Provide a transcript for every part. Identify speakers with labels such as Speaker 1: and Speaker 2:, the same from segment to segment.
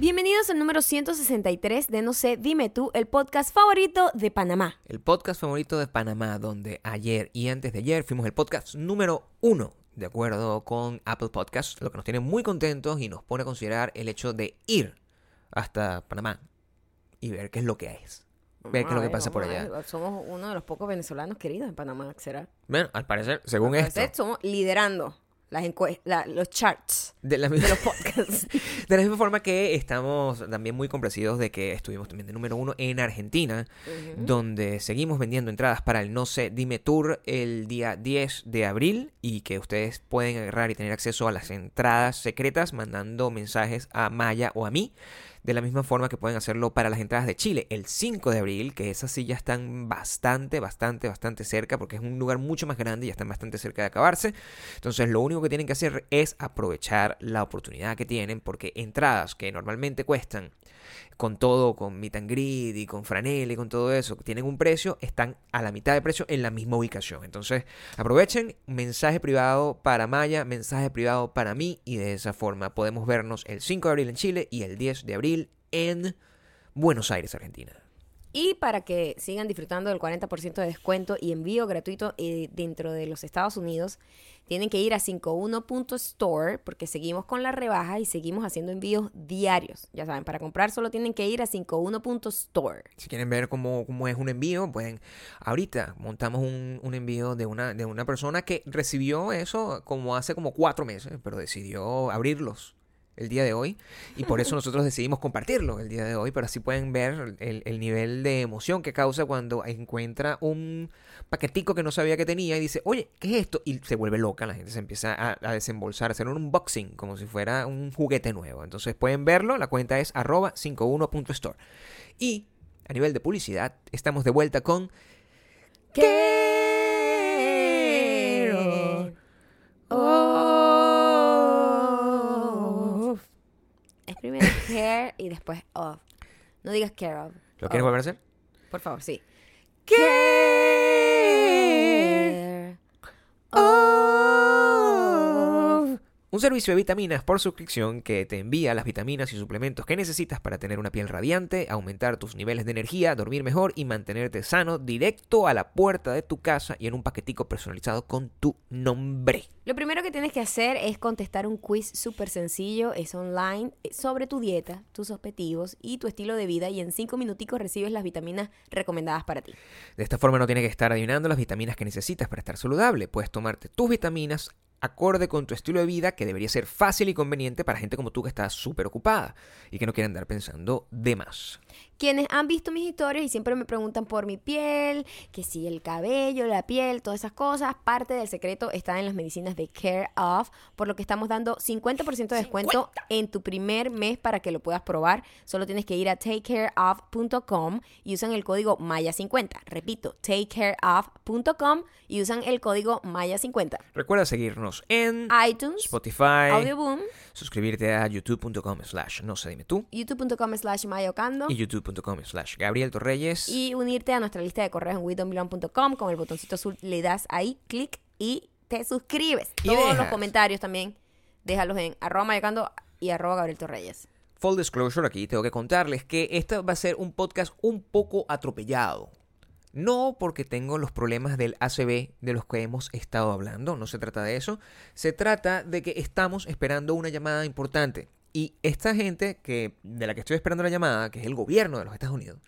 Speaker 1: Bienvenidos al número 163 de No sé, dime tú, el podcast favorito de Panamá.
Speaker 2: El podcast favorito de Panamá, donde ayer y antes de ayer fuimos el podcast número uno, de acuerdo con Apple Podcasts, lo que nos tiene muy contentos y nos pone a considerar el hecho de ir hasta Panamá y ver qué es lo que es. Ver qué es
Speaker 1: Vamos
Speaker 2: lo
Speaker 1: a
Speaker 2: que
Speaker 1: ver,
Speaker 2: pasa por
Speaker 1: vamos a
Speaker 2: allá.
Speaker 1: ver. Somos uno de los pocos venezolanos queridos en Panamá, ¿será?
Speaker 2: Bueno, al parecer, según
Speaker 1: Al
Speaker 2: esto,
Speaker 1: parecer somos liderando las encue- la- los charts
Speaker 2: de la,
Speaker 1: de
Speaker 2: misma,
Speaker 1: los podcasts.
Speaker 2: de la misma forma que estamos también muy complacidos de que estuvimos también de número uno en Argentina, donde seguimos vendiendo entradas para el No sé, dime tour el día 10 de abril y que ustedes pueden agarrar y tener acceso a las entradas secretas mandando mensajes a Maya o a mí. De la misma forma que pueden hacerlo para las entradas de Chile el 5 de abril, que esas sí ya están bastante, bastante, bastante cerca, porque es un lugar mucho más grande y ya están bastante cerca de acabarse. Entonces lo único que tienen que hacer es aprovechar la oportunidad que tienen, porque entradas que normalmente cuestan con todo, con meet and greet y con franela y con todo eso, que tienen un precio, están a la mitad de precio en la misma ubicación. Entonces, aprovechen, mensaje privado para Maya, mensaje privado para mí, y de esa forma podemos vernos el 5 de abril en Chile y el 10 de abril en Buenos Aires, Argentina.
Speaker 1: Y para que sigan disfrutando del 40% de descuento y envío gratuito eh, dentro de los Estados Unidos, tienen que ir a 51.store porque seguimos con la rebaja y seguimos haciendo envíos diarios. Ya saben, para comprar solo tienen que ir a 51.store.
Speaker 2: Si quieren ver cómo, cómo es un envío, pueden. Ahorita montamos un, un envío de una, de una persona que recibió eso como hace como cuatro meses, pero decidió abrirlos el día de hoy. Y por eso nosotros decidimos compartirlo el día de hoy. Pero así pueden ver el, el nivel de emoción que causa cuando encuentra un paquetico que no sabía que tenía y dice, oye, ¿qué es esto? Y se vuelve loca, la gente se empieza a, a desembolsar, a hacer un unboxing, como si fuera un juguete nuevo. Entonces pueden verlo, la cuenta es arroba 51.store. Y a nivel de publicidad, estamos de vuelta con
Speaker 1: Quiero. Off. Es primero care y después off. No digas care of.
Speaker 2: ¿Lo quieres
Speaker 1: Off.
Speaker 2: volver a hacer?
Speaker 1: Por favor, sí. Care of.
Speaker 2: Oh. Un servicio de vitaminas por suscripción que te envía las vitaminas y suplementos que necesitas para tener una piel radiante, aumentar tus niveles de energía, dormir mejor y mantenerte sano directo a la puerta de tu casa y en un paquetico personalizado con tu nombre.
Speaker 1: Lo primero que tienes que hacer es contestar un quiz súper sencillo, es online, eh, sobre tu dieta, tus objetivos y tu estilo de vida y en cinco minuticos recibes las vitaminas recomendadas para ti.
Speaker 2: De esta forma no tienes que estar adivinando las vitaminas que necesitas para estar saludable. Puedes tomarte tus vitaminas acorde con tu estilo de vida que debería ser fácil y conveniente para gente como tú que está súper ocupada y que no quiere andar pensando de más.
Speaker 1: Quienes han visto mis historias y siempre me preguntan por mi piel, que si el cabello, la piel, todas esas cosas, parte del secreto está en las medicinas de Care Off, por lo que estamos dando 50% de descuento en tu primer mes para que lo puedas probar. Solo tienes que ir a takecareof.com y usan el código MAYA50. Repito, takecareof.com y usan el código MAYA50.
Speaker 2: Recuerda seguirnos en
Speaker 1: iTunes,
Speaker 2: Spotify,
Speaker 1: Audioboom,
Speaker 2: suscribirte a youtube.com slash no sé dime tú
Speaker 1: youtube.com slash mayocando.
Speaker 2: y youtube.com slash Gabriel Torreyes.
Speaker 1: y unirte a nuestra lista de correos en widomilon.com con el botoncito azul le das ahí clic y te suscribes
Speaker 2: Y
Speaker 1: todos
Speaker 2: dejas.
Speaker 1: los comentarios también déjalos en arroba mayocando y arroba gabriel torreyes
Speaker 2: Full disclosure, aquí tengo que contarles que este va a ser un podcast un poco atropellado. No porque tengo los problemas del ACB de los que hemos estado hablando, no se trata de eso. Se trata de que estamos esperando una llamada importante. Y esta gente que, de la que estoy esperando la llamada, que es el gobierno de los Estados Unidos,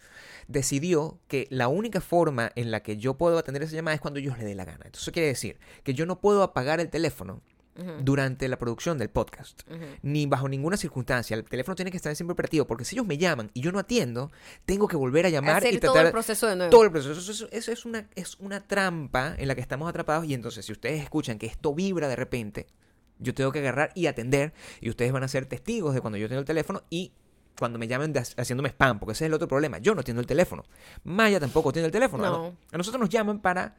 Speaker 2: decidió que la única forma en la que yo puedo atender esa llamada es cuando ellos le dé la gana. Entonces eso quiere decir que yo no puedo apagar el teléfono durante la producción del podcast. Ni bajo ninguna circunstancia. El teléfono tiene que estar siempre operativo porque si ellos me llaman y yo no atiendo, tengo que volver a llamar
Speaker 1: hacer
Speaker 2: y
Speaker 1: todo
Speaker 2: tratar
Speaker 1: el proceso de nuevo
Speaker 2: todo el proceso. Eso, eso- eso es, una, es una trampa en la que estamos atrapados. Y entonces, si ustedes escuchan que esto vibra de repente, yo tengo que agarrar y atender. Y ustedes van a ser testigos de cuando yo tengo el teléfono y cuando me llamen de- haciéndome spam, porque ese es el otro problema. Yo no tengo el teléfono. Maya tampoco tiene el teléfono. A no-
Speaker 1: No.
Speaker 2: A nosotros nos llaman para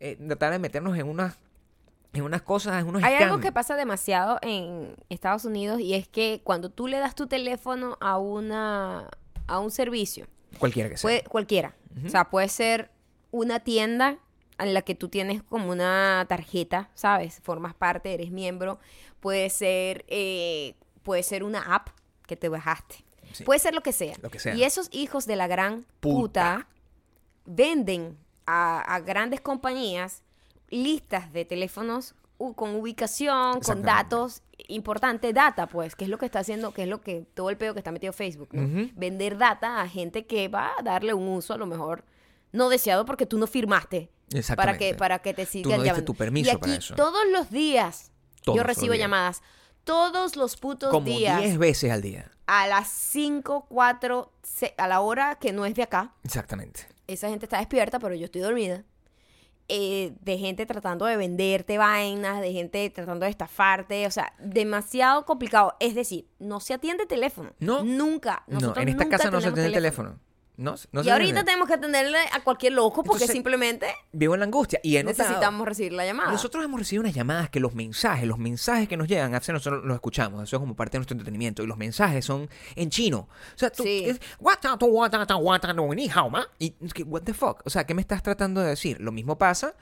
Speaker 2: eh, tratar de meternos en unas, en unas cosas, en unos
Speaker 1: hay algo
Speaker 2: scams.
Speaker 1: que pasa demasiado en Estados Unidos y es que cuando tú le das tu teléfono a una a un servicio
Speaker 2: Cualquiera que sea.
Speaker 1: Puede- cualquiera. O sea, puede ser una tienda en la que tú tienes como una tarjeta, ¿sabes? Formas parte, eres miembro. Puede ser, eh, puede ser una app que te bajaste.
Speaker 2: Sí.
Speaker 1: Puede ser lo que sea.
Speaker 2: Lo que sea.
Speaker 1: Y esos hijos de la gran
Speaker 2: Puta.
Speaker 1: puta, venden a, a grandes compañías listas de teléfonos u- con ubicación, con
Speaker 2: Exactamente.
Speaker 1: datos, importante data, pues, que es lo que está haciendo, que es lo que todo el pedo que está metido Facebook, ¿no?
Speaker 2: Ujú.
Speaker 1: Vender data a gente que va a darle un uso a lo mejor no deseado porque tú no firmaste para
Speaker 2: Exactamente.
Speaker 1: que para que te sigan
Speaker 2: no diste
Speaker 1: llamando.
Speaker 2: tu permiso
Speaker 1: y aquí
Speaker 2: para eso.
Speaker 1: todos los días
Speaker 2: Todos
Speaker 1: yo
Speaker 2: los
Speaker 1: recibo
Speaker 2: días.
Speaker 1: llamadas, todos los putos
Speaker 2: Como
Speaker 1: días
Speaker 2: 10 veces al día.
Speaker 1: a las 5, 4, a la hora que no es de acá.
Speaker 2: Exactamente.
Speaker 1: Esa gente está despierta, pero yo estoy dormida. eh, de gente tratando de venderte vainas, de gente tratando de estafarte, o sea, demasiado complicado. Es decir, no se atiende teléfono.
Speaker 2: No.
Speaker 1: Nunca.
Speaker 2: no,
Speaker 1: Nosotros
Speaker 2: en esta
Speaker 1: nunca
Speaker 2: casa no se
Speaker 1: atendemos
Speaker 2: tiene teléfono. No, no se
Speaker 1: y
Speaker 2: tiene
Speaker 1: ahorita
Speaker 2: teléfono.
Speaker 1: tenemos que atenderle a cualquier loco porque
Speaker 2: Entonces,
Speaker 1: simplemente
Speaker 2: Vivo en la angustia. Y he notado-
Speaker 1: necesitamos recibir la llamada.
Speaker 2: Nosotros hemos recibido unas llamadas que los mensajes, los mensajes que nos llegan, a veces nosotros los escuchamos, eso es como parte de nuestro entretenimiento, y los mensajes son en chino. O sea, tú,
Speaker 1: Sí.
Speaker 2: es, "Wata tu wata ta wata no ni hao ma". y es que, what the fuck, o sea, ¿qué me estás tratando de decir? Lo mismo pasa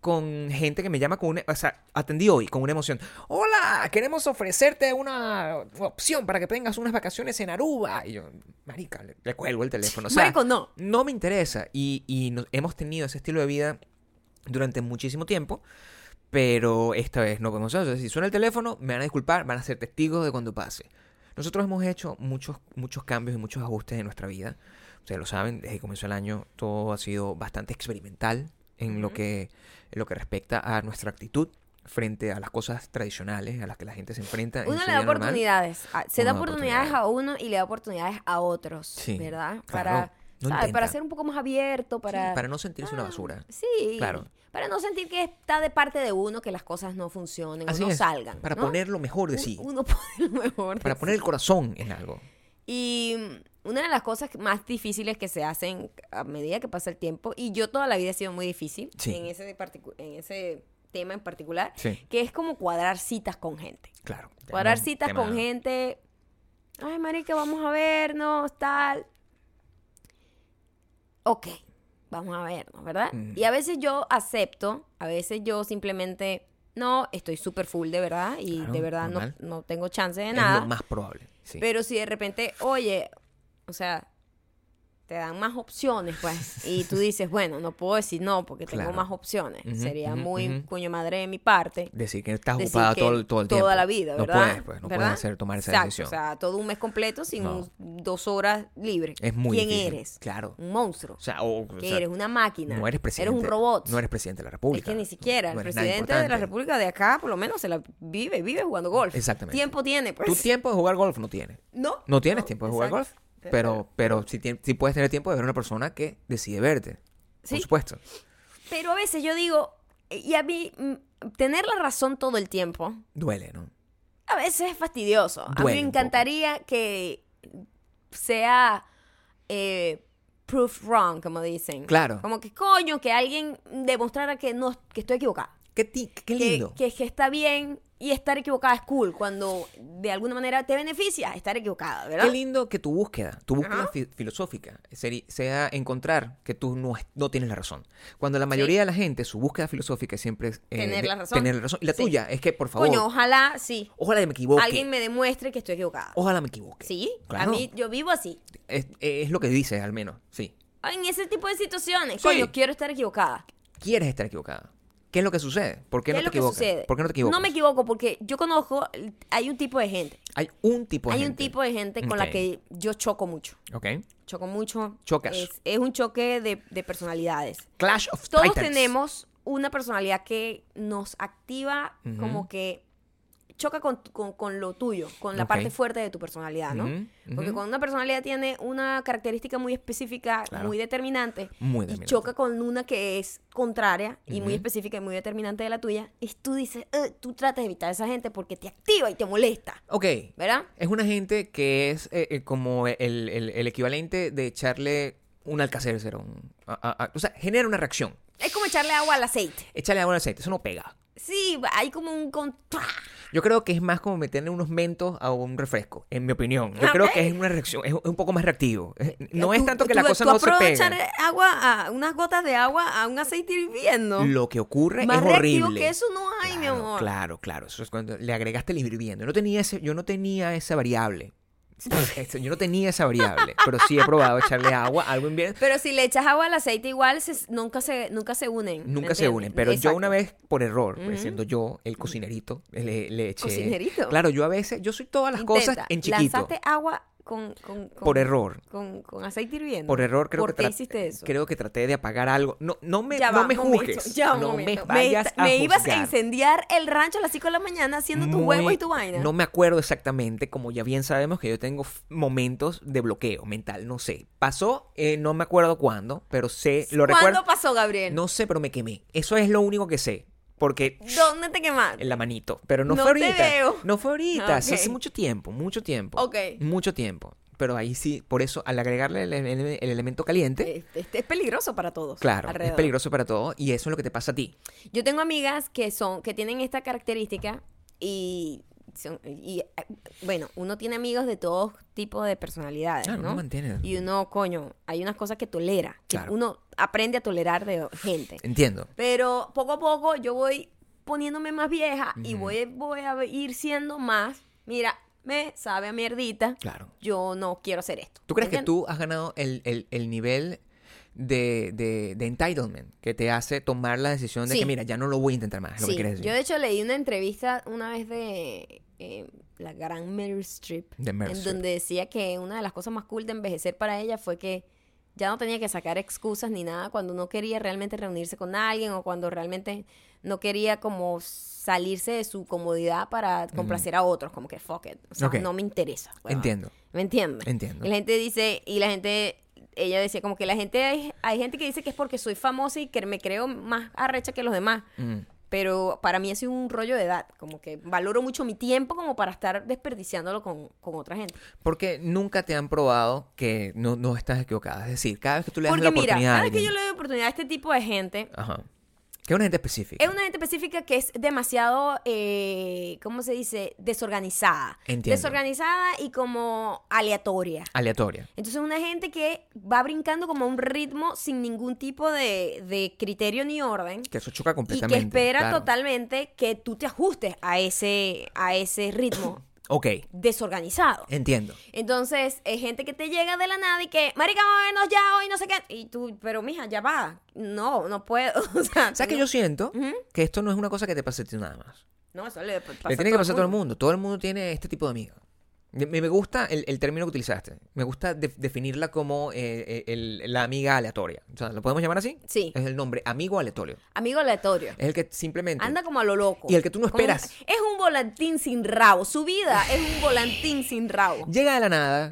Speaker 2: con gente que me llama con una, o sea, atendí hoy con una emoción, hola, queremos ofrecerte una opción para que tengas unas vacaciones en Aruba, y yo, marica, le, le cuelgo el teléfono, o sea,
Speaker 1: Marico, no.
Speaker 2: no me interesa. Y, y nos- hemos tenido ese estilo de vida durante muchísimo tiempo. Pero esta vez no podemos hacer. eso. Si suena el teléfono, me van a disculpar, van a ser testigos de cuando pase. Nosotros hemos hecho muchos, muchos cambios y muchos ajustes en nuestra vida. Ustedes lo saben, desde que comenzó el año todo ha sido bastante experimental en, lo, que, en lo que respecta a nuestra actitud frente a las cosas tradicionales a las que la gente se enfrenta. en
Speaker 1: Uno
Speaker 2: su
Speaker 1: le da
Speaker 2: vida normal.
Speaker 1: oportunidades. a- Se da
Speaker 2: Uno da
Speaker 1: oportunidades, a uno y le da oportunidades a otros,
Speaker 2: Sí,
Speaker 1: ¿verdad?
Speaker 2: claro.
Speaker 1: Para,
Speaker 2: No
Speaker 1: ¿sabes?
Speaker 2: intenta.
Speaker 1: para ser un poco más abierto,
Speaker 2: Sí,
Speaker 1: para...
Speaker 2: para no sentirse una
Speaker 1: Ah,
Speaker 2: basura.
Speaker 1: Sí.
Speaker 2: Claro.
Speaker 1: Para no sentir que está de parte de uno que las cosas no funcionen
Speaker 2: Así
Speaker 1: o no
Speaker 2: es,
Speaker 1: salgan.
Speaker 2: Para
Speaker 1: ¿no?
Speaker 2: poner lo mejor de
Speaker 1: Un-
Speaker 2: sí.
Speaker 1: Uno pone lo mejor. de
Speaker 2: para
Speaker 1: sí.
Speaker 2: poner el corazón en algo.
Speaker 1: Y mm, una de las cosas más difíciles que se hacen a medida que pasa el tiempo, y yo toda la vida he sido muy difícil
Speaker 2: Sí.
Speaker 1: en, ese de particu- en ese tema en particular,
Speaker 2: Sí.
Speaker 1: que es como cuadrar citas con gente.
Speaker 2: Claro.
Speaker 1: Cuadrar citas con gente. Ay, marica, vamos a vernos, tal. Ok, vamos a vernos, ¿verdad?
Speaker 2: Mm.
Speaker 1: Y a veces yo acepto, a veces yo simplemente, no, estoy súper full de verdad y
Speaker 2: Claro,
Speaker 1: de verdad no,
Speaker 2: normal.
Speaker 1: no tengo chance de
Speaker 2: Es
Speaker 1: nada.
Speaker 2: lo más probable. sí.
Speaker 1: Pero si de repente, oye, o sea, te dan más opciones, pues, y tú dices, bueno, no puedo decir no porque tengo
Speaker 2: Claro.
Speaker 1: más opciones.
Speaker 2: Ujú,
Speaker 1: Sería
Speaker 2: ujú,
Speaker 1: muy
Speaker 2: ujú.
Speaker 1: coño madre de mi parte
Speaker 2: decir que estás
Speaker 1: decir
Speaker 2: ocupada
Speaker 1: que
Speaker 2: todo, el- todo el tiempo.
Speaker 1: Toda la vida, ¿verdad?
Speaker 2: No puedes, pues, no
Speaker 1: ¿Verdad?
Speaker 2: puedes hacer, tomar esa
Speaker 1: Exacto,
Speaker 2: decisión.
Speaker 1: O sea, todo un mes completo sin
Speaker 2: No.
Speaker 1: un- dos horas libre.
Speaker 2: es muy
Speaker 1: ¿Quién
Speaker 2: difícil.
Speaker 1: eres?
Speaker 2: Claro.
Speaker 1: Un monstruo.
Speaker 2: O sea, o- o
Speaker 1: ¿Qué
Speaker 2: sea,
Speaker 1: eres? Una máquina.
Speaker 2: no eres presidente.
Speaker 1: Eres un robot.
Speaker 2: No eres presidente de la República.
Speaker 1: Es que ni siquiera.
Speaker 2: No
Speaker 1: el
Speaker 2: eres nadie
Speaker 1: presidente de la
Speaker 2: importante.
Speaker 1: República de acá, por lo menos, se la vive, vive jugando golf.
Speaker 2: Exactamente.
Speaker 1: Tiempo tiene, pues.
Speaker 2: Tu tiempo de jugar golf no tienes.
Speaker 1: No.
Speaker 2: No tienes tiempo de jugar
Speaker 1: exacto.
Speaker 2: golf. Pero, pero sí, tien- sí puedes tener tiempo de ver a una persona que decide verte.
Speaker 1: Sí.
Speaker 2: Por supuesto.
Speaker 1: Pero a veces yo digo, y a mí, mm, tener la razón todo el tiempo,
Speaker 2: Duele, ¿no?
Speaker 1: A veces es fastidioso. a mí
Speaker 2: Duele
Speaker 1: me
Speaker 2: un
Speaker 1: encantaría que sea eh, proof wrong, como dicen.
Speaker 2: Claro.
Speaker 1: Como que coño, que alguien demostrara que no que estoy equivocada.
Speaker 2: Qué, ti- qué
Speaker 1: Que,
Speaker 2: lindo.
Speaker 1: que, que está bien y estar equivocada es cool cuando de alguna manera te beneficia estar equivocada, ¿verdad?
Speaker 2: Qué lindo que tu búsqueda, tu búsqueda
Speaker 1: Ajá.
Speaker 2: fi- filosófica, seri- sea encontrar que tú no, es- no tienes la razón. Cuando la mayoría de la gente, su búsqueda filosófica siempre es eh,
Speaker 1: Tener
Speaker 2: de-
Speaker 1: la razón.
Speaker 2: tener la razón. Y la
Speaker 1: Sí.
Speaker 2: tuya es que, por favor,
Speaker 1: Coño, ojalá sí.
Speaker 2: ojalá me equivoque.
Speaker 1: Alguien me demuestre que estoy equivocada.
Speaker 2: Ojalá me equivoque.
Speaker 1: Sí,
Speaker 2: Claro.
Speaker 1: a mí yo vivo así.
Speaker 2: Es, es lo que dices, al menos. Sí.
Speaker 1: En ese tipo de situaciones,
Speaker 2: Sí.
Speaker 1: coño, quiero estar equivocada.
Speaker 2: Quieres estar equivocada. ¿Qué es lo que sucede? ¿Por
Speaker 1: ¿Qué
Speaker 2: qué, no
Speaker 1: es
Speaker 2: te
Speaker 1: lo que
Speaker 2: equivocas?
Speaker 1: sucede?
Speaker 2: ¿Por qué no te equivocas?
Speaker 1: No me equivoco porque yo conozco, hay un tipo de gente.
Speaker 2: Hay un tipo de
Speaker 1: hay un
Speaker 2: gente.
Speaker 1: tipo de gente con la
Speaker 2: Ok.
Speaker 1: que yo choco mucho.
Speaker 2: Ok.
Speaker 1: Choco mucho.
Speaker 2: Chocas.
Speaker 1: Es, es un choque de, de personalidades.
Speaker 2: Clash of
Speaker 1: Todos
Speaker 2: Titans.
Speaker 1: tenemos una personalidad que nos activa como que choca con, con- con lo tuyo, con la
Speaker 2: Ok.
Speaker 1: parte fuerte de tu personalidad, ¿no?
Speaker 2: Ujú, ujú.
Speaker 1: Porque cuando una personalidad tiene una característica muy específica,
Speaker 2: Claro.
Speaker 1: muy determinante,
Speaker 2: Muy
Speaker 1: y
Speaker 2: determinante.
Speaker 1: choca con una que es contraria y muy
Speaker 2: Ujú.
Speaker 1: específica y muy determinante de la tuya, y tú dices, "Eh", tú tratas de evitar a esa gente porque te activa y te molesta,
Speaker 2: Ok.
Speaker 1: ¿verdad?
Speaker 2: Es una gente que es eh, eh, como el, el- el equivalente de echarle un alcacercer. un- a- a- a- o sea, genera una reacción.
Speaker 1: Es como echarle agua al aceite.
Speaker 2: Échale agua al aceite, eso no pega.
Speaker 1: Sí, hay como un contra.
Speaker 2: Yo creo que es más como meterle unos mentos a un refresco, en mi opinión. Yo
Speaker 1: Ah,
Speaker 2: creo
Speaker 1: ok.
Speaker 2: que es una reacción, es un poco más reactivo. Es- No es
Speaker 1: Eh, Tú-
Speaker 2: tanto que
Speaker 1: tú-
Speaker 2: la cosa
Speaker 1: tú
Speaker 2: no se
Speaker 1: apruebas
Speaker 2: pega.
Speaker 1: echar agua a unas gotas de agua a un aceite hirviendo.
Speaker 2: Lo que ocurre
Speaker 1: Más
Speaker 2: es
Speaker 1: reactivo
Speaker 2: horrible.
Speaker 1: que eso no hay, mi
Speaker 2: Claro,
Speaker 1: amor.
Speaker 2: Claro, claro. Eso es cuando le agregaste el hirviendo. Yo no tenía ese, yo no tenía esa variable. Esto, Yo no tenía esa variable, pero sí he probado echarle agua, algo en bien.
Speaker 1: Pero si le echas agua al aceite igual, se- nunca, se, nunca se unen. ¿me
Speaker 2: Nunca se
Speaker 1: entiendes?
Speaker 2: unen, pero yo
Speaker 1: Exacto.
Speaker 2: una vez, por error, pues,
Speaker 1: Ujú.
Speaker 2: siendo yo el cocinerito, le, le eché...
Speaker 1: ¿Cocinerito?
Speaker 2: Claro, yo a veces, yo soy todas las
Speaker 1: Intenta,
Speaker 2: cosas en chiquito.
Speaker 1: Lanzaste agua con, con- con-
Speaker 2: Por error.
Speaker 1: Con, con aceite hirviendo.
Speaker 2: Por error creo
Speaker 1: ¿Por
Speaker 2: que
Speaker 1: qué
Speaker 2: tra-
Speaker 1: hiciste eso?
Speaker 2: creo que traté de apagar algo. No, no me,
Speaker 1: Ya
Speaker 2: no
Speaker 1: va,
Speaker 2: me
Speaker 1: un momento,
Speaker 2: juzgues.
Speaker 1: ya va, un
Speaker 2: no me
Speaker 1: momento.
Speaker 2: vayas
Speaker 1: est-
Speaker 2: a
Speaker 1: me ibas a
Speaker 2: juzgar.
Speaker 1: incendiar el rancho a las 5 de la mañana haciendo tus
Speaker 2: Muy-
Speaker 1: huevos y tu vaina.
Speaker 2: No me acuerdo exactamente, como ya bien sabemos que yo tengo f- momentos de bloqueo mental, no sé. Pasó, eh, no me acuerdo cuándo, pero sé, lo
Speaker 1: ¿Cuándo
Speaker 2: recuerdo.
Speaker 1: pasó, Gabriel?
Speaker 2: No sé, pero me quemé. Eso es lo único que sé, porque
Speaker 1: ¿Dónde te quemaste?
Speaker 2: en la manito, pero no,
Speaker 1: No
Speaker 2: fue
Speaker 1: te
Speaker 2: ahorita.
Speaker 1: veo.
Speaker 2: No fue ahorita,
Speaker 1: Ah,
Speaker 2: hace-
Speaker 1: ok.
Speaker 2: hace mucho tiempo, mucho tiempo.
Speaker 1: Ok.
Speaker 2: Mucho tiempo. Pero ahí sí, por eso al agregarle el, el- el elemento caliente,
Speaker 1: Eh, este- es peligroso para todos.
Speaker 2: claro, es
Speaker 1: alrededor.
Speaker 2: peligroso para todo y eso es lo que te pasa a ti.
Speaker 1: Yo tengo amigas que son, que tienen esta característica y son, y eh, bueno, uno tiene amigos de todo tipo de personalidades,
Speaker 2: Claro,
Speaker 1: ¿no?
Speaker 2: uno mantiene.
Speaker 1: Y uno, coño, hay unas cosas que tolera, que
Speaker 2: Claro.
Speaker 1: uno aprende a tolerar de gente.
Speaker 2: Entiendo.
Speaker 1: Pero poco a poco yo voy poniéndome más vieja y voy, voy a ir siendo más, mira, me sabe a mierdita.
Speaker 2: Claro.
Speaker 1: Yo no quiero hacer esto.
Speaker 2: ¿Tú crees que
Speaker 1: ¿entiendes?
Speaker 2: tú has ganado el, el- el nivel de, de- de entitlement que te hace tomar la decisión de
Speaker 1: Sí.
Speaker 2: que, mira, ya no lo voy a intentar más? es lo que
Speaker 1: Sí,
Speaker 2: quieres decir.
Speaker 1: Yo de hecho leí una entrevista una vez de eh, la gran Meryl Streep,
Speaker 2: De Meryl
Speaker 1: en
Speaker 2: Streep.
Speaker 1: donde decía que una de las cosas más cool de envejecer para ella fue que ya no tenía que sacar excusas ni nada cuando no quería realmente reunirse con alguien o cuando realmente no quería como salirse de su comodidad para complacer a otros, como que fuck it, o sea,
Speaker 2: Ok.
Speaker 1: no me interesa. huevón".
Speaker 2: Entiendo.
Speaker 1: ¿Me entiendes?
Speaker 2: Entiendo.
Speaker 1: Y la gente dice, y la gente, ella decía como que la gente, hay, hay gente que dice que es porque soy famosa y que me creo más arrecha que los demás.
Speaker 2: Mm.
Speaker 1: Pero para mí ha sido un rollo de edad, como que valoro mucho mi tiempo como para estar desperdiciándolo con, con otra gente.
Speaker 2: Porque nunca te han probado que no, no estás equivocada. Es decir, cada vez que tú le das
Speaker 1: Porque
Speaker 2: la
Speaker 1: mira,
Speaker 2: oportunidad a
Speaker 1: cada vez
Speaker 2: alguien... Ah,
Speaker 1: que yo le doy oportunidad a este tipo de gente,
Speaker 2: Ajá. Que es una gente específica.
Speaker 1: es una gente específica que es demasiado, eh, ¿cómo se dice? Desorganizada.
Speaker 2: Entiendo.
Speaker 1: Desorganizada y como aleatoria.
Speaker 2: Aleatoria.
Speaker 1: Entonces una gente que va brincando como a un ritmo sin ningún tipo de, de criterio ni orden.
Speaker 2: Que eso choca
Speaker 1: Y
Speaker 2: completamente.
Speaker 1: que espera
Speaker 2: claro.
Speaker 1: totalmente que tú te ajustes a ese, a ese ritmo
Speaker 2: Ok,
Speaker 1: desorganizado.
Speaker 2: entiendo.
Speaker 1: Entonces, es gente que te llega de la nada y que, marica, vamos a vernos ya hoy, no sé qué. Y tú, pero mija, ya va. No, no puedo. O sea,
Speaker 2: ¿Sabes que
Speaker 1: no-
Speaker 2: yo siento que esto no es una cosa que te pase a ti nada más?
Speaker 1: No, eso le pasa
Speaker 2: Le tiene que pasar a todo el mundo. Todo el mundo tiene este tipo de amigos. Me, me gusta el, el término que utilizaste. Me gusta de- definirla como eh, eh, el- la amiga aleatoria. O sea, ¿lo podemos llamar así?
Speaker 1: Sí.
Speaker 2: Es el nombre, amigo aleatorio.
Speaker 1: Amigo aleatorio.
Speaker 2: Es el que simplemente...
Speaker 1: Anda como a lo loco.
Speaker 2: Y el que tú no
Speaker 1: Como un-
Speaker 2: esperas.
Speaker 1: es un volantín sin rabo. Su vida es un volantín sin rabo.
Speaker 2: Llega de la nada,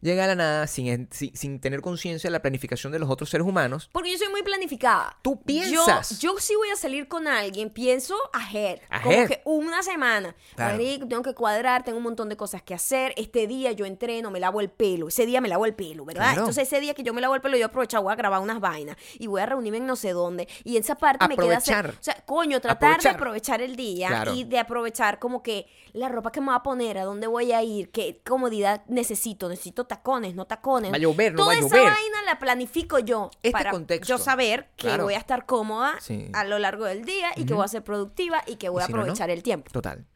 Speaker 2: llega de la nada sin, sin, sin tener conciencia de la planificación de los otros seres humanos.
Speaker 1: Porque yo soy muy planificada.
Speaker 2: Tú piensas.
Speaker 1: Yo, yo sí voy a salir con alguien, pienso ahead. Como
Speaker 2: Ahead.
Speaker 1: que una semana.
Speaker 2: Claro.
Speaker 1: Marico, tengo que cuadrar, tengo un montón de cosas que hacer. Este día yo entreno, me lavo el pelo. Ese día me lavo el pelo, ¿verdad?
Speaker 2: Claro.
Speaker 1: Entonces ese día que yo me lavo el pelo, yo aprovecho, voy a grabar unas vainas. Y voy a reunirme en no sé dónde. Y esa parte me queda...
Speaker 2: Aprovechar.
Speaker 1: hacer- O sea, coño, tratar
Speaker 2: Aprovechar.
Speaker 1: de aprovechar el día
Speaker 2: Claro.
Speaker 1: y de aprovechar como que la ropa que me va a poner, a dónde voy a ir, qué comodidad necesito. Necesito tacones, no tacones.
Speaker 2: Va a llover, no
Speaker 1: Toda
Speaker 2: va a
Speaker 1: esa
Speaker 2: llover.
Speaker 1: vaina la planifico yo
Speaker 2: Este
Speaker 1: para
Speaker 2: contexto.
Speaker 1: yo saber que
Speaker 2: Claro.
Speaker 1: voy a estar cómoda
Speaker 2: Sí.
Speaker 1: a lo largo del día y que voy a ser productiva y que voy
Speaker 2: Y
Speaker 1: a
Speaker 2: si no, no.
Speaker 1: aprovechar el tiempo.
Speaker 2: Total.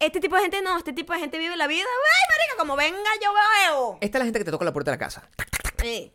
Speaker 1: Este tipo de gente no, este tipo de gente vive la vida, ay, marica, como venga, yo veo.
Speaker 2: Esta es la gente que te toca la puerta de la casa.
Speaker 1: Eh,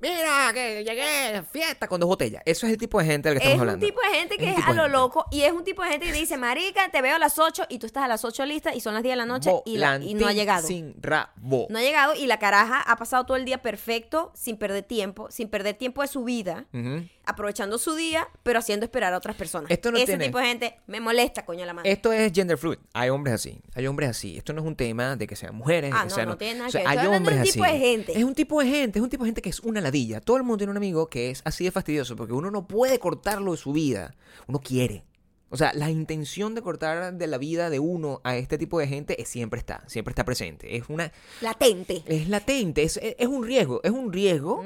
Speaker 2: Mira, que llegué, fiesta con dos botellas. Eso es el tipo de gente del que
Speaker 1: Es
Speaker 2: estamos
Speaker 1: un
Speaker 2: hablando.
Speaker 1: tipo de gente que
Speaker 2: un
Speaker 1: es,
Speaker 2: tipo
Speaker 1: a
Speaker 2: de
Speaker 1: lo
Speaker 2: gente.
Speaker 1: loco y es un tipo de gente que dice, marica, te veo a las 8 y tú estás a las 8 lista y son las 10 de la noche y, la- y no ha
Speaker 2: Volantín
Speaker 1: llegado.
Speaker 2: Sin rabo.
Speaker 1: No ha llegado y la caraja ha pasado todo el día perfecto, sin perder tiempo, sin perder tiempo de su vida,
Speaker 2: Ujú.
Speaker 1: aprovechando su día, pero haciendo esperar a otras personas.
Speaker 2: Esto no
Speaker 1: Ese
Speaker 2: tiene-
Speaker 1: tipo de gente me molesta, coño la madre.
Speaker 2: Esto es gender fluid. Hay hombres así. Hay hombres así. Esto no es un tema de que sean mujeres.
Speaker 1: Ah,
Speaker 2: que
Speaker 1: no,
Speaker 2: sean-
Speaker 1: no tiene nada
Speaker 2: o sea,
Speaker 1: que ver.
Speaker 2: Hay
Speaker 1: Estoy hablando de
Speaker 2: hombres
Speaker 1: un
Speaker 2: así.
Speaker 1: tipo de gente.
Speaker 2: Es un tipo de gente. Es un tipo de gente que es una ladilla. Todo el mundo tiene un amigo que es así de fastidioso porque uno no puede cortarlo de su vida. Uno quiere. O sea, la intención de cortar de la vida de uno a este tipo de gente es- siempre está, siempre está presente. Es una,
Speaker 1: Latente.
Speaker 2: es latente, es, e, es- es un riesgo, es un riesgo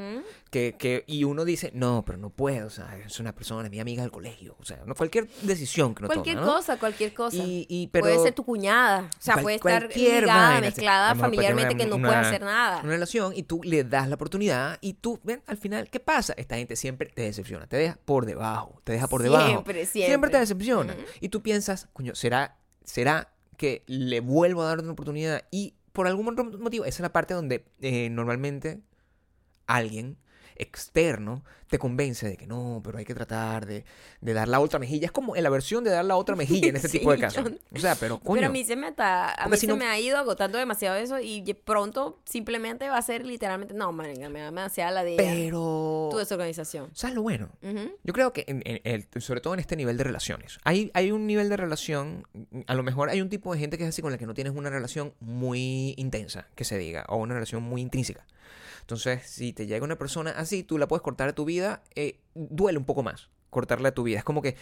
Speaker 2: que, que- y uno dice, no, pero no puedo, o sea, es una persona, es mi amiga del colegio, o sea, no, cualquier decisión que uno
Speaker 1: cualquier
Speaker 2: toma, ¿no?
Speaker 1: cosa, cualquier cosa.
Speaker 2: Y- y, pero-
Speaker 1: puede ser tu cuñada. O sea,
Speaker 2: Cual-
Speaker 1: puede estar
Speaker 2: cualquier
Speaker 1: ligada,
Speaker 2: vaina, a
Speaker 1: mezclada
Speaker 2: lo mejor puede
Speaker 1: familiarmente
Speaker 2: tener
Speaker 1: que no
Speaker 2: pues, una-
Speaker 1: puede hacer nada.
Speaker 2: Una relación y tú le das la oportunidad y tú, ven, al final, ¿qué pasa? Esta gente siempre te decepciona, te deja por debajo, te deja por debajo.
Speaker 1: Siempre, siempre.
Speaker 2: te decepciona. Y tú piensas, coño, ¿será, será que le vuelvo a dar una oportunidad y por algún otro motivo, esa es la parte donde eh, normalmente alguien externo te convence de que no, pero hay que tratar de, de dar la otra mejilla. Es como en la versión de dar la otra mejilla en este
Speaker 1: Sí,
Speaker 2: tipo de casos.
Speaker 1: yo-
Speaker 2: O sea, pero coño.
Speaker 1: Pero a mí se me, ata- a
Speaker 2: Porque
Speaker 1: mí se
Speaker 2: si no-
Speaker 1: me ha ido agotando demasiado eso y ye- pronto simplemente va a ser literalmente, no, marica, me da demasiada la de
Speaker 2: pero...
Speaker 1: tu desorganización.
Speaker 2: ¿Sabes lo bueno?
Speaker 1: Ujú.
Speaker 2: Yo creo que, en- en el- sobre todo en este nivel de relaciones, hay, hay un nivel de relación, a lo mejor hay un tipo de gente que es así con la que no tienes una relación muy intensa, que se diga, o una relación muy intrínseca. Entonces, si te llega una persona así, tú la puedes cortar de tu vida, eh, duele un poco más cortarla de tu vida. Es como que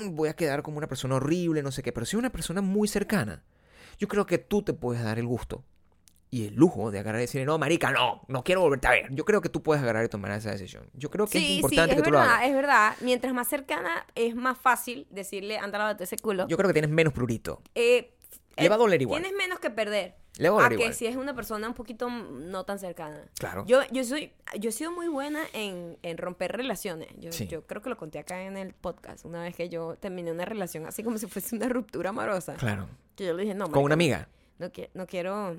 Speaker 2: "Mm, voy a quedar como una persona horrible, no sé qué, pero si es una persona muy cercana, yo creo que tú te puedes dar el gusto. Y el lujo de agarrar y decir, no, marica, no, no quiero volverte a ver. Yo creo que tú puedes agarrar y tomar esa decisión. Yo creo que es
Speaker 1: Sí, sí, es
Speaker 2: importante que tú lo hagas.
Speaker 1: verdad, es verdad. Mientras más cercana es más fácil decirle, anda, lávate ese culo.
Speaker 2: Yo creo que tienes menos prurito.
Speaker 1: Eh,
Speaker 2: Le
Speaker 1: eh,
Speaker 2: va a doler igual.
Speaker 1: Tienes menos que perder.
Speaker 2: Le va a doler
Speaker 1: que
Speaker 2: igual.
Speaker 1: si es una persona un poquito mm, no tan cercana.
Speaker 2: Claro.
Speaker 1: Yo, yo soy, yo he sido muy buena en, en romper relaciones. Yo,
Speaker 2: Sí.
Speaker 1: yo creo que lo conté acá en el podcast. Una vez que yo terminé una relación así como si fuese una ruptura amorosa.
Speaker 2: Claro.
Speaker 1: Que yo le dije, no,
Speaker 2: Con una
Speaker 1: marica,
Speaker 2: amiga.
Speaker 1: no, qui- no quiero,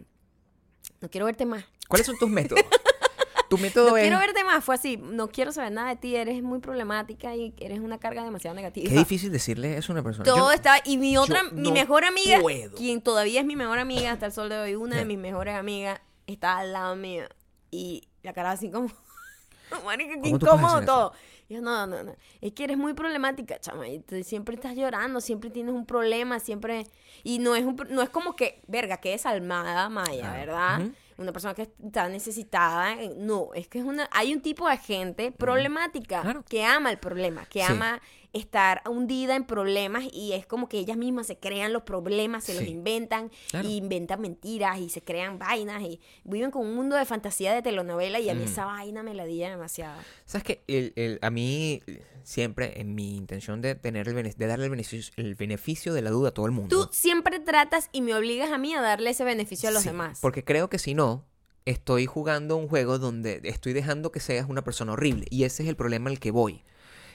Speaker 1: no quiero verte más.
Speaker 2: ¿Cuáles son tus métodos? tu método
Speaker 1: No
Speaker 2: es.
Speaker 1: quiero verte más. Fue así. No quiero saber nada de ti. Eres muy problemática y eres una carga demasiado negativa.
Speaker 2: Qué difícil decirle eso a una persona.
Speaker 1: Todo
Speaker 2: Yo-
Speaker 1: estaba. Y mi otra,
Speaker 2: yo
Speaker 1: mi
Speaker 2: no
Speaker 1: mejor amiga,
Speaker 2: puedo.
Speaker 1: quien todavía es mi mejor amiga hasta el sol de hoy, una de
Speaker 2: Ya.
Speaker 1: mis mejores amigas, estaba al lado mío. Y la cara así como. Marica, qué
Speaker 2: ¿Cómo tú puedes
Speaker 1: incómodo
Speaker 2: hacer eso?
Speaker 1: todo. Y yo, no, no, no. Es que eres muy problemática, chama. Y te- siempre estás llorando, siempre tienes un problema, siempre. Y no es, un, pro- no es como que, verga, que desalmada, Maya,
Speaker 2: Claro.
Speaker 1: ¿verdad?
Speaker 2: Ujú.
Speaker 1: Una persona que está necesitada. eh, No, es que es una. Hay un tipo de gente problemática
Speaker 2: Claro.
Speaker 1: que ama el problema, que
Speaker 2: Sí.
Speaker 1: ama estar hundida en problemas y es como que ellas mismas se crean los problemas, se los
Speaker 2: Sí.
Speaker 1: inventan,
Speaker 2: Claro.
Speaker 1: y inventan mentiras y se crean vainas y viven con un mundo de fantasía de telenovela y a mí
Speaker 2: Mm.
Speaker 1: esa vaina me la día demasiado.
Speaker 2: ¿Sabes qué? El- el- a mí, siempre, en mi intención de, tener el bene- de darle el beneficio, el beneficio de la duda a todo el mundo.
Speaker 1: Tú siempre tratas y me obligas a mí a darle ese beneficio a los
Speaker 2: Sí,
Speaker 1: demás.
Speaker 2: Porque creo que si no, estoy jugando un juego donde estoy dejando que seas una persona horrible. Y ese es el problema al que voy.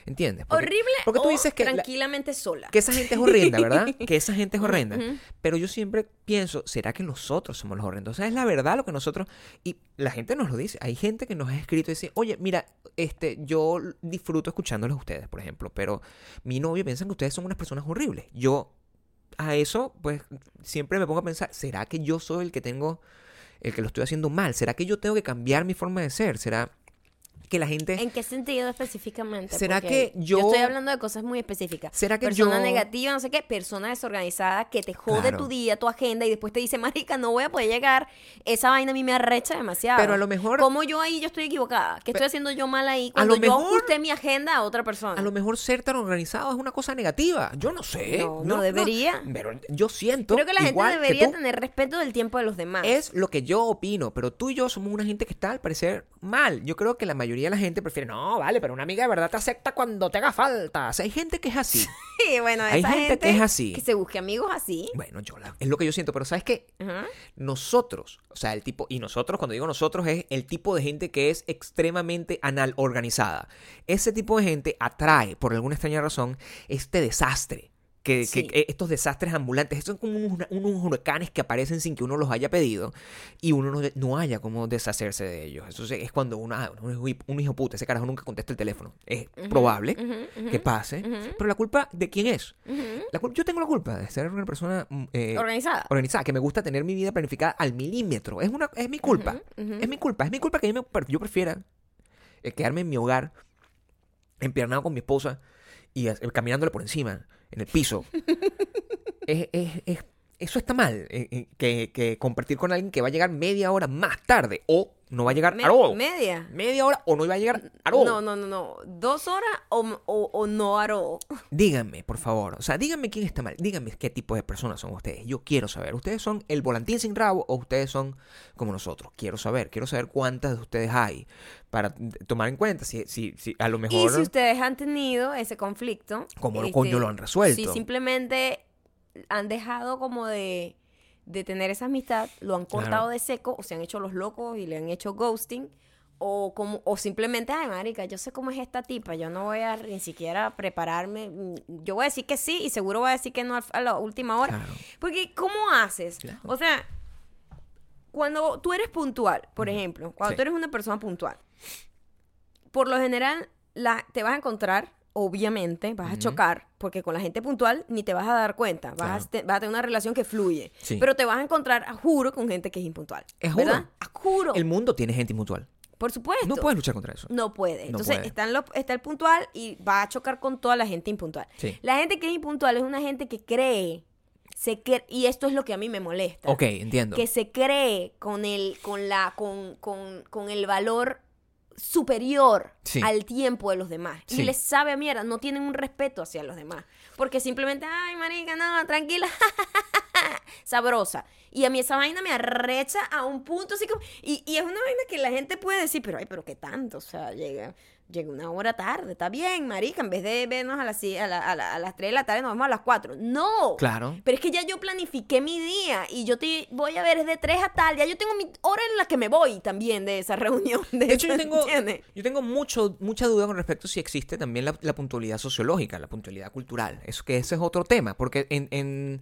Speaker 2: ¿Entiendes? Porque-
Speaker 1: Horrible
Speaker 2: porque tú
Speaker 1: o
Speaker 2: dices que la-
Speaker 1: tranquilamente sola.
Speaker 2: Que esa gente es horrenda, ¿verdad? Que esa gente es horrenda.
Speaker 1: Ujú.
Speaker 2: Pero yo siempre pienso, ¿será que nosotros somos los horrendos? O sea, es la verdad lo que nosotros... Y la gente nos lo dice. Hay gente que nos ha escrito y dice, oye, mira, este, yo disfruto escuchándolos a ustedes, por ejemplo, pero mi novio piensa que ustedes son unas personas horribles. Yo a eso, pues, siempre me pongo a pensar, ¿será que yo soy el que tengo... El que lo estoy haciendo mal. ¿Será que yo tengo que cambiar mi forma de ser? ¿Será que la gente...
Speaker 1: ¿En qué sentido específicamente?
Speaker 2: ¿Será
Speaker 1: Porque
Speaker 2: que yo-
Speaker 1: estoy hablando de cosas muy específicas.
Speaker 2: ¿Será que
Speaker 1: persona
Speaker 2: yo-
Speaker 1: negativa, no sé qué, persona desorganizada que te jode
Speaker 2: Claro.
Speaker 1: tu día, tu agenda y después te dice, marica, no voy a poder llegar. Esa vaina a mí me arrecha demasiado.
Speaker 2: Pero a lo mejor-
Speaker 1: Como yo ahí yo estoy equivocada, que estoy haciendo yo mal ahí
Speaker 2: A
Speaker 1: cuando
Speaker 2: lo
Speaker 1: yo
Speaker 2: mejor-
Speaker 1: ajusté mi agenda a otra persona.
Speaker 2: A lo mejor ser tan organizado es una cosa negativa. Yo no sé.
Speaker 1: No, no debería.
Speaker 2: pero yo siento.
Speaker 1: Creo que la gente
Speaker 2: igual
Speaker 1: debería
Speaker 2: tú,
Speaker 1: tener respeto del tiempo de los demás.
Speaker 2: Es lo que yo opino, pero tú y yo somos una gente que está al parecer mal. Yo creo que la mayoría de la gente prefiere, no, vale, pero una amiga de verdad te acepta cuando te haga falta. O sea, hay gente que es así.
Speaker 1: Sí, bueno,
Speaker 2: hay
Speaker 1: esa
Speaker 2: gente que es así.
Speaker 1: Que se busque amigos así.
Speaker 2: bueno, yo la- es lo que yo siento, pero ¿sabes qué?
Speaker 1: Ajá.
Speaker 2: Nosotros, o sea, el tipo, y nosotros, cuando digo nosotros, es el tipo de gente que es extremadamente anal organizada. Ese tipo de gente atrae, por alguna extraña razón, este desastre. Que,
Speaker 1: Sí.
Speaker 2: que- eh, estos desastres ambulantes, estos son como unos, unos huracanes que aparecen sin que uno los haya pedido y uno no, no haya cómo deshacerse de ellos. Eso es- es cuando uno, ah, uno es un hijo- un hijo puta, ese carajo nunca contesta el teléfono. Es probable
Speaker 1: ujú,
Speaker 2: que pase, pero la culpa de quién es. La cul- yo tengo la culpa de ser una persona mm, eh,
Speaker 1: Organizada.
Speaker 2: organizada, que me gusta tener mi vida planificada al milímetro. Es una es mi culpa. Es mi culpa. Es mi culpa que yo, me- yo prefiera eh, quedarme en mi hogar, empiernado con mi esposa y as- eh, caminándole por encima, en el piso. Es- es- es- eso está mal. eh, eh, que, que compartir con alguien que va a llegar media hora más tarde o no va a llegar
Speaker 1: Me-
Speaker 2: a todo.
Speaker 1: media.
Speaker 2: Media hora o no iba a llegar a todo.
Speaker 1: No, no, no, no. Dos horas o, o, o no aro.
Speaker 2: Díganme, por favor. O sea, díganme quién está mal. Díganme qué tipo de personas son ustedes. Yo quiero saber. ¿Ustedes son el volantín sin rabo o ustedes son como nosotros? Quiero saber. Quiero saber cuántas de ustedes hay para t- tomar en cuenta si, si, si a lo
Speaker 1: Y
Speaker 2: mejor...
Speaker 1: si ustedes han tenido ese conflicto. este,
Speaker 2: ¿Cómo lo coño lo han resuelto?
Speaker 1: Si simplemente han dejado como de, de tener esa amistad, lo han cortado
Speaker 2: Claro.
Speaker 1: de seco, o se han hecho los locos y le han hecho ghosting. O, como, o simplemente, ay, marica, yo sé cómo es esta tipa, yo no voy a ni siquiera prepararme. mm, Yo voy a decir que sí y seguro voy a decir que no al- a la última hora.
Speaker 2: Claro.
Speaker 1: Porque, ¿cómo haces?
Speaker 2: Claro.
Speaker 1: O sea, cuando tú eres puntual, por ejemplo, cuando
Speaker 2: Sí.
Speaker 1: tú eres una persona puntual, por lo general la, te vas a encontrar, obviamente, vas a chocar, porque con la gente puntual ni te vas a dar cuenta, vas,
Speaker 2: Claro.
Speaker 1: a, te- vas a tener una relación que fluye,
Speaker 2: Sí.
Speaker 1: pero te vas a encontrar, a juro, con gente que es impuntual.
Speaker 2: Es
Speaker 1: ¿verdad?
Speaker 2: juro.
Speaker 1: A juro.
Speaker 2: El mundo tiene gente mutual.
Speaker 1: Por supuesto.
Speaker 2: No puedes luchar contra eso.
Speaker 1: No puede.
Speaker 2: No
Speaker 1: Entonces
Speaker 2: puede.
Speaker 1: Están los, está el puntual y va a chocar con toda la gente impuntual.
Speaker 2: Sí.
Speaker 1: La gente que es impuntual es una gente que cree, se cre- y esto es lo que a mí me molesta.
Speaker 2: Ok, entiendo.
Speaker 1: Que se cree con el, con la, con, con, con el valor superior
Speaker 2: Sí.
Speaker 1: al tiempo de los demás.
Speaker 2: Sí.
Speaker 1: Y les sabe a mierda, no tienen un respeto hacia los demás. Porque simplemente, ay, marica, no, tranquila, sabrosa. Y a mí esa vaina me arrecha a un punto así como... Y, y es una vaina que la gente puede decir, pero ay, pero qué tanto, o sea, llega, llega una hora tarde, está bien, marica, en vez de vernos a las, si- a la- a la- a las 3 de la tarde, nos vamos a las 4. No.
Speaker 2: Claro.
Speaker 1: Pero es que ya yo planifiqué mi día y yo te voy a ver es de 3 a tal, ya yo tengo mi hora en la que me voy también de esa reunión. De,
Speaker 2: De hecho, yo
Speaker 1: esa-
Speaker 2: tengo,
Speaker 1: ¿entiendes?
Speaker 2: yo tengo mucho, mucha duda con respecto a si existe también la, la puntualidad sociológica, la puntualidad cultural. Eso que ese es otro tema, porque en, en-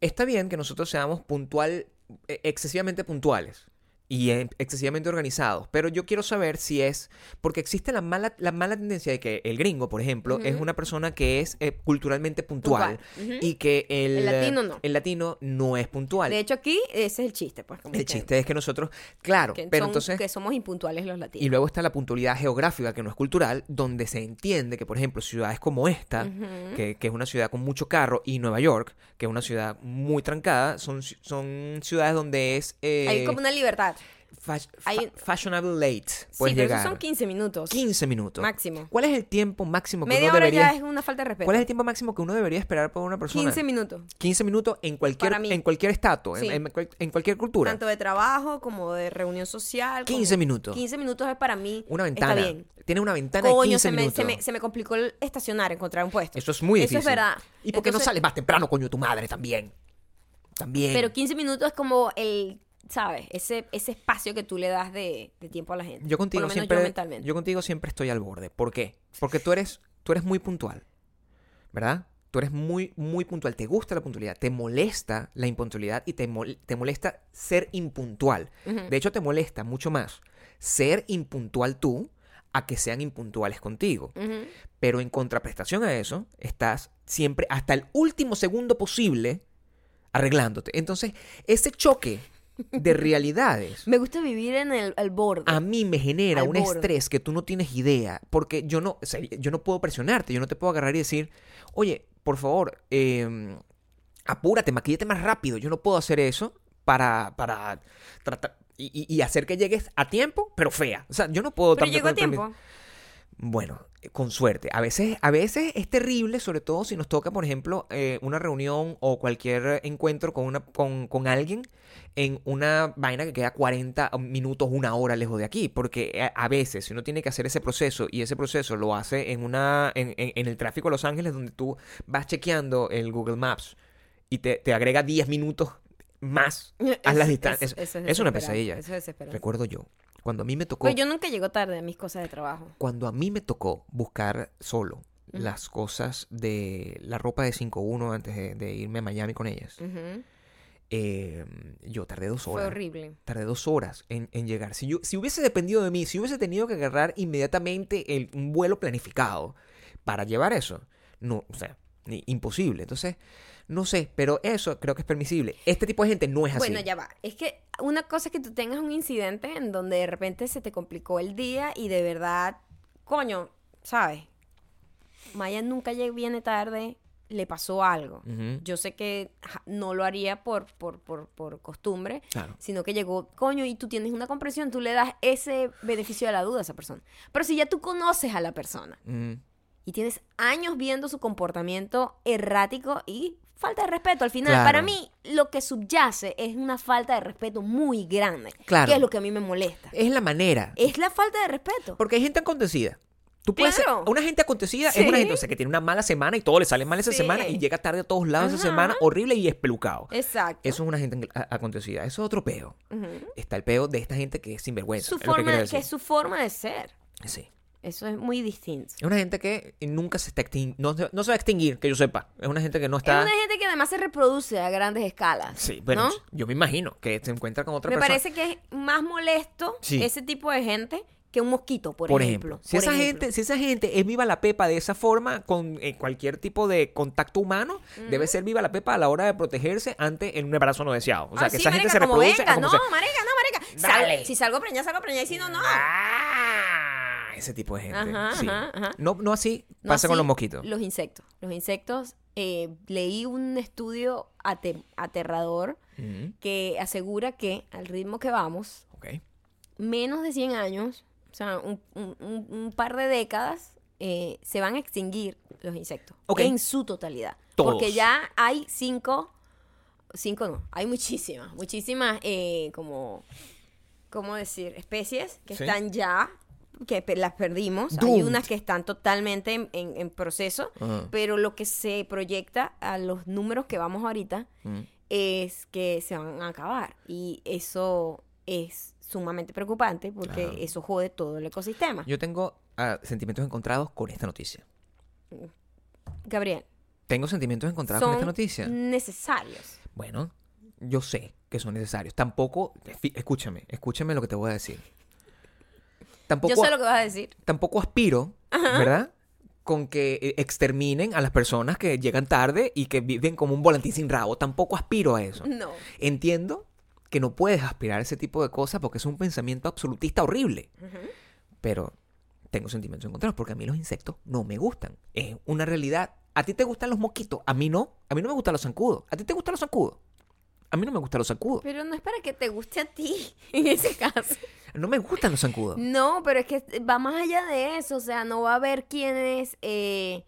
Speaker 2: está bien que nosotros seamos puntual, eh, excesivamente puntuales y eh, excesivamente organizados, pero yo quiero saber si es, porque existe la mala, la mala tendencia de que el gringo, por ejemplo, es una persona que es eh, culturalmente puntual,
Speaker 1: Puntual, ujú.
Speaker 2: y que
Speaker 1: El
Speaker 2: el, eh,
Speaker 1: latino no.
Speaker 2: el latino no es puntual.
Speaker 1: De hecho, aquí ese es el chiste, pues. como
Speaker 2: el
Speaker 1: que-
Speaker 2: chiste es que nosotros, claro,
Speaker 1: que
Speaker 2: pero
Speaker 1: son-
Speaker 2: entonces...
Speaker 1: que somos impuntuales los latinos.
Speaker 2: Y luego está la puntualidad geográfica, que no es cultural, donde se entiende que, por ejemplo, ciudades como esta, que, que es una ciudad con mucho carro, y Nueva York, que es una ciudad muy trancada, son, ci- son ciudades donde es eh,
Speaker 1: Hay como una libertad.
Speaker 2: fas-
Speaker 1: hay-
Speaker 2: fa- fashionable late.
Speaker 1: Sí,
Speaker 2: Puedes
Speaker 1: pero
Speaker 2: llegar.
Speaker 1: esos son 15 minutos.
Speaker 2: 15 minutos.
Speaker 1: Máximo.
Speaker 2: ¿Cuál es el tiempo máximo que
Speaker 1: Media
Speaker 2: uno
Speaker 1: hora
Speaker 2: debería...
Speaker 1: ya es una falta de respeto.
Speaker 2: ¿Cuál es el tiempo máximo que uno debería esperar por una persona?
Speaker 1: 15 minutos.
Speaker 2: 15 minutos en cualquier,
Speaker 1: Para mí.
Speaker 2: en cualquier estatus, en-
Speaker 1: Sí.
Speaker 2: en, cual- en cualquier cultura.
Speaker 1: Tanto de trabajo como de reunión social. como-
Speaker 2: 15 minutos.
Speaker 1: 15 minutos es para mí.
Speaker 2: Una ventana.
Speaker 1: Está bien.
Speaker 2: Tiene una ventana de
Speaker 1: Coño,
Speaker 2: 15
Speaker 1: se me,
Speaker 2: minutos.
Speaker 1: se, me, se me complicó el estacionar, encontrar un puesto.
Speaker 2: Eso es muy difícil.
Speaker 1: Eso es verdad.
Speaker 2: ¿Y por qué no
Speaker 1: Entonces-
Speaker 2: sales más temprano, coño, tu madre también? También.
Speaker 1: Pero 15 minutos es como el, ¿sabes? Ese, ese espacio que tú le das de, de tiempo a la gente.
Speaker 2: yo contigo
Speaker 1: Por lo menos
Speaker 2: siempre
Speaker 1: yo mentalmente.
Speaker 2: yo contigo siempre estoy al borde. ¿Por qué? Porque tú eres tú eres muy puntual. ¿Verdad? Tú eres muy muy puntual, te gusta la puntualidad, te molesta la impuntualidad y te, mol- te molesta ser impuntual. De hecho te molesta mucho más ser impuntual tú a que sean impuntuales contigo.
Speaker 1: Ujú.
Speaker 2: Pero en contraprestación a eso, estás siempre hasta el último segundo posible arreglándote. Entonces, ese choque de realidades
Speaker 1: Me gusta vivir en el, al borde.
Speaker 2: a mí me genera
Speaker 1: Al
Speaker 2: un
Speaker 1: borde.
Speaker 2: estrés que tú no tienes idea, porque yo no, o sea, yo no puedo presionarte, yo no te puedo agarrar y decir, oye, por favor, eh, apúrate, maquillate más rápido. Yo no puedo hacer eso para, para tratar y, y- y hacer que llegues a tiempo, pero fea. O sea, yo no puedo
Speaker 1: Pero
Speaker 2: tampoco
Speaker 1: llegó a
Speaker 2: permitir-
Speaker 1: tiempo.
Speaker 2: bueno, eh, con suerte. A veces, a veces es terrible, sobre todo si nos toca, por ejemplo, eh, una reunión o cualquier encuentro con, una, con, con alguien en una vaina que queda 40 minutos, una hora lejos de aquí. Porque a, a veces, si uno tiene que hacer ese proceso y ese proceso lo hace en, una, en, en- en el tráfico de Los Ángeles, donde tú vas chequeando el Google Maps y te, te agrega 10 minutos más a la
Speaker 1: Eso-
Speaker 2: distancia.
Speaker 1: eso-
Speaker 2: Es,
Speaker 1: eso es
Speaker 2: es una
Speaker 1: desesperante,
Speaker 2: pesadilla.
Speaker 1: eso es desesperante.
Speaker 2: Recuerdo yo, cuando a mí me tocó
Speaker 1: Pues yo nunca llego tarde a mis cosas de trabajo.
Speaker 2: cuando a mí me tocó buscar solo las cosas de la ropa de 5-1 antes de, de irme a Miami con ellas,
Speaker 1: Ujú.
Speaker 2: eh, yo tardé dos
Speaker 1: Fue
Speaker 2: horas.
Speaker 1: horrible.
Speaker 2: Tardé dos horas en, en llegar. Si, yo, si hubiese dependido de mí, si hubiese tenido que agarrar inmediatamente el, un vuelo planificado para llevar eso, no, o sea, ni- imposible. Entonces, no sé, pero eso creo que es permisible. Este tipo de gente no es así.
Speaker 1: Bueno, ya va. Es que una cosa es que tú tengas un incidente en donde de repente se te complicó el día y de verdad, coño, ¿sabes? Maya nunca lleg- viene tarde, le pasó algo.
Speaker 2: Ujú.
Speaker 1: Yo sé que ja, no lo haría por, por, por, por costumbre,
Speaker 2: Claro.
Speaker 1: sino que llegó, coño, y tú tienes una comprensión, tú le das ese beneficio de la duda a esa persona. Pero si ya tú conoces a la persona
Speaker 2: Mm.
Speaker 1: y tienes años viendo su comportamiento errático y falta de respeto. Al final,
Speaker 2: Claro.
Speaker 1: para mí, lo que subyace es una falta de respeto muy grande,
Speaker 2: Claro.
Speaker 1: que es lo que a mí me molesta.
Speaker 2: Es la manera.
Speaker 1: Es la falta de respeto.
Speaker 2: Porque hay gente acontecida. Tú puedes ser-
Speaker 1: Claro.
Speaker 2: una gente acontecida
Speaker 1: Sí.
Speaker 2: es una gente o sea, que tiene una mala semana y todo le sale mal esa
Speaker 1: Sí.
Speaker 2: semana y llega tarde a todos lados esa
Speaker 1: Ajá.
Speaker 2: semana, horrible y espelucado.
Speaker 1: Exacto.
Speaker 2: Eso es una gente a- acontecida. Eso es otro peo.
Speaker 1: Ujú.
Speaker 2: Está el peo de esta gente que es sinvergüenza.
Speaker 1: Su
Speaker 2: es lo que
Speaker 1: forma,
Speaker 2: quiero
Speaker 1: que
Speaker 2: decir.
Speaker 1: es su forma de ser.
Speaker 2: Sí.
Speaker 1: Eso es muy distinto.
Speaker 2: Es una gente que nunca se está extin- no, se- no se va a extinguir, que yo sepa. Es una gente que no
Speaker 1: Es
Speaker 2: está...
Speaker 1: una gente que además se reproduce a grandes escalas.
Speaker 2: Sí, bueno,
Speaker 1: ¿no?
Speaker 2: yo me imagino que se encuentra con otra
Speaker 1: Me
Speaker 2: persona.
Speaker 1: parece que es más molesto
Speaker 2: Sí.
Speaker 1: ese tipo de gente que un mosquito, por,
Speaker 2: por ejemplo,
Speaker 1: ejemplo.
Speaker 2: si
Speaker 1: por
Speaker 2: esa
Speaker 1: ejemplo.
Speaker 2: gente, si esa gente es viva la pepa de esa forma con eh, cualquier tipo de contacto humano, debe ser viva la pepa a la hora de protegerse ante en un embarazo no deseado. O sea,
Speaker 1: Ah,
Speaker 2: que
Speaker 1: sí,
Speaker 2: esa gente
Speaker 1: marica,
Speaker 2: se
Speaker 1: como
Speaker 2: reproduce
Speaker 1: venga,
Speaker 2: a como
Speaker 1: no,
Speaker 2: se-
Speaker 1: marica, no, marica.
Speaker 2: Dale.
Speaker 1: Sal- si salgo preñada, salgo preñada. Y si no, no.
Speaker 2: Ah, ese tipo de gente.
Speaker 1: Ajá,
Speaker 2: sí.
Speaker 1: ajá, ajá.
Speaker 2: No, no así
Speaker 1: No
Speaker 2: pasa con
Speaker 1: así,
Speaker 2: los mosquitos.
Speaker 1: Los insectos. Los insectos, eh, leí un estudio ate- aterrador
Speaker 2: Ujú,
Speaker 1: que asegura que al ritmo que vamos,
Speaker 2: ok.
Speaker 1: menos de 100 años, o sea, un, un- un- un par de décadas, eh, se van a extinguir los insectos.
Speaker 2: Ok.
Speaker 1: En su totalidad.
Speaker 2: Todos.
Speaker 1: Porque ya hay cinco, cinco no, hay muchísimas, muchísimas, eh, como, ¿cómo decir? Especies que
Speaker 2: Sí.
Speaker 1: están ya, que pe- las perdimos. Hay
Speaker 2: Doomed. Ah.
Speaker 1: unas que están totalmente en, en- en proceso,
Speaker 2: Ajá.
Speaker 1: pero lo que se proyecta a los números que vamos ahorita
Speaker 2: Mm.
Speaker 1: es que se van a acabar. Y eso es sumamente preocupante porque
Speaker 2: Claro.
Speaker 1: eso jode todo el ecosistema.
Speaker 2: Yo tengo ah, sentimientos encontrados con esta noticia.
Speaker 1: Gabriel,
Speaker 2: Tengo sentimientos encontrados con
Speaker 1: son
Speaker 2: esta noticia.
Speaker 1: necesarios.
Speaker 2: Bueno, yo sé que son necesarios. Tampoco, fi- escúchame, escúchame lo que te voy a decir. Tampoco,
Speaker 1: Yo sé lo que vas a decir.
Speaker 2: tampoco aspiro, ¿verdad? Con que eh, exterminen a las personas que llegan tarde y que viven como un volantín sin rabo. Tampoco aspiro a eso.
Speaker 1: No.
Speaker 2: Entiendo que no puedes aspirar a ese tipo de cosas porque es un pensamiento absolutista horrible. Pero tengo sentimientos encontrados porque a mí los insectos no me gustan. Es una realidad. A ti te gustan los mosquitos, a mí no. A mí no me gustan los zancudos. ¿A ti te gustan los zancudos? A mí no me gustan los zancudos.
Speaker 1: Pero no es para que te guste a ti, en ese caso.
Speaker 2: No me gustan los zancudos.
Speaker 1: No, pero es que va más allá de eso. O sea, no va a haber quienes. eh,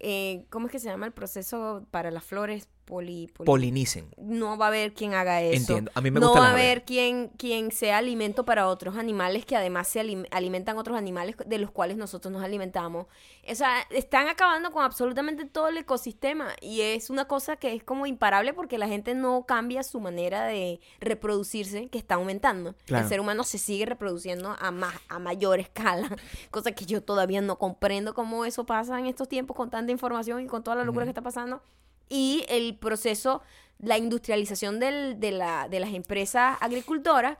Speaker 1: eh, ¿Cómo es que se llama el proceso para las flores? Poli, poli-
Speaker 2: Polinicen.
Speaker 1: no va a haber quien haga eso.
Speaker 2: Entiendo. A mí me
Speaker 1: no
Speaker 2: gustan
Speaker 1: va a
Speaker 2: las abejas.
Speaker 1: haber quien, quien sea alimento para otros animales que además se alim- alimentan otros animales de los cuales nosotros nos alimentamos. O sea, están acabando con absolutamente todo el ecosistema y es una cosa que es como imparable porque la gente no cambia su manera de reproducirse, que está aumentando.
Speaker 2: Claro.
Speaker 1: El ser humano se sigue reproduciendo a, más, a mayor escala, cosa que yo todavía no comprendo cómo eso pasa en estos tiempos con tanta información y con toda la locura que está pasando y el proceso, la industrialización del- de, la- de las empresas agricultoras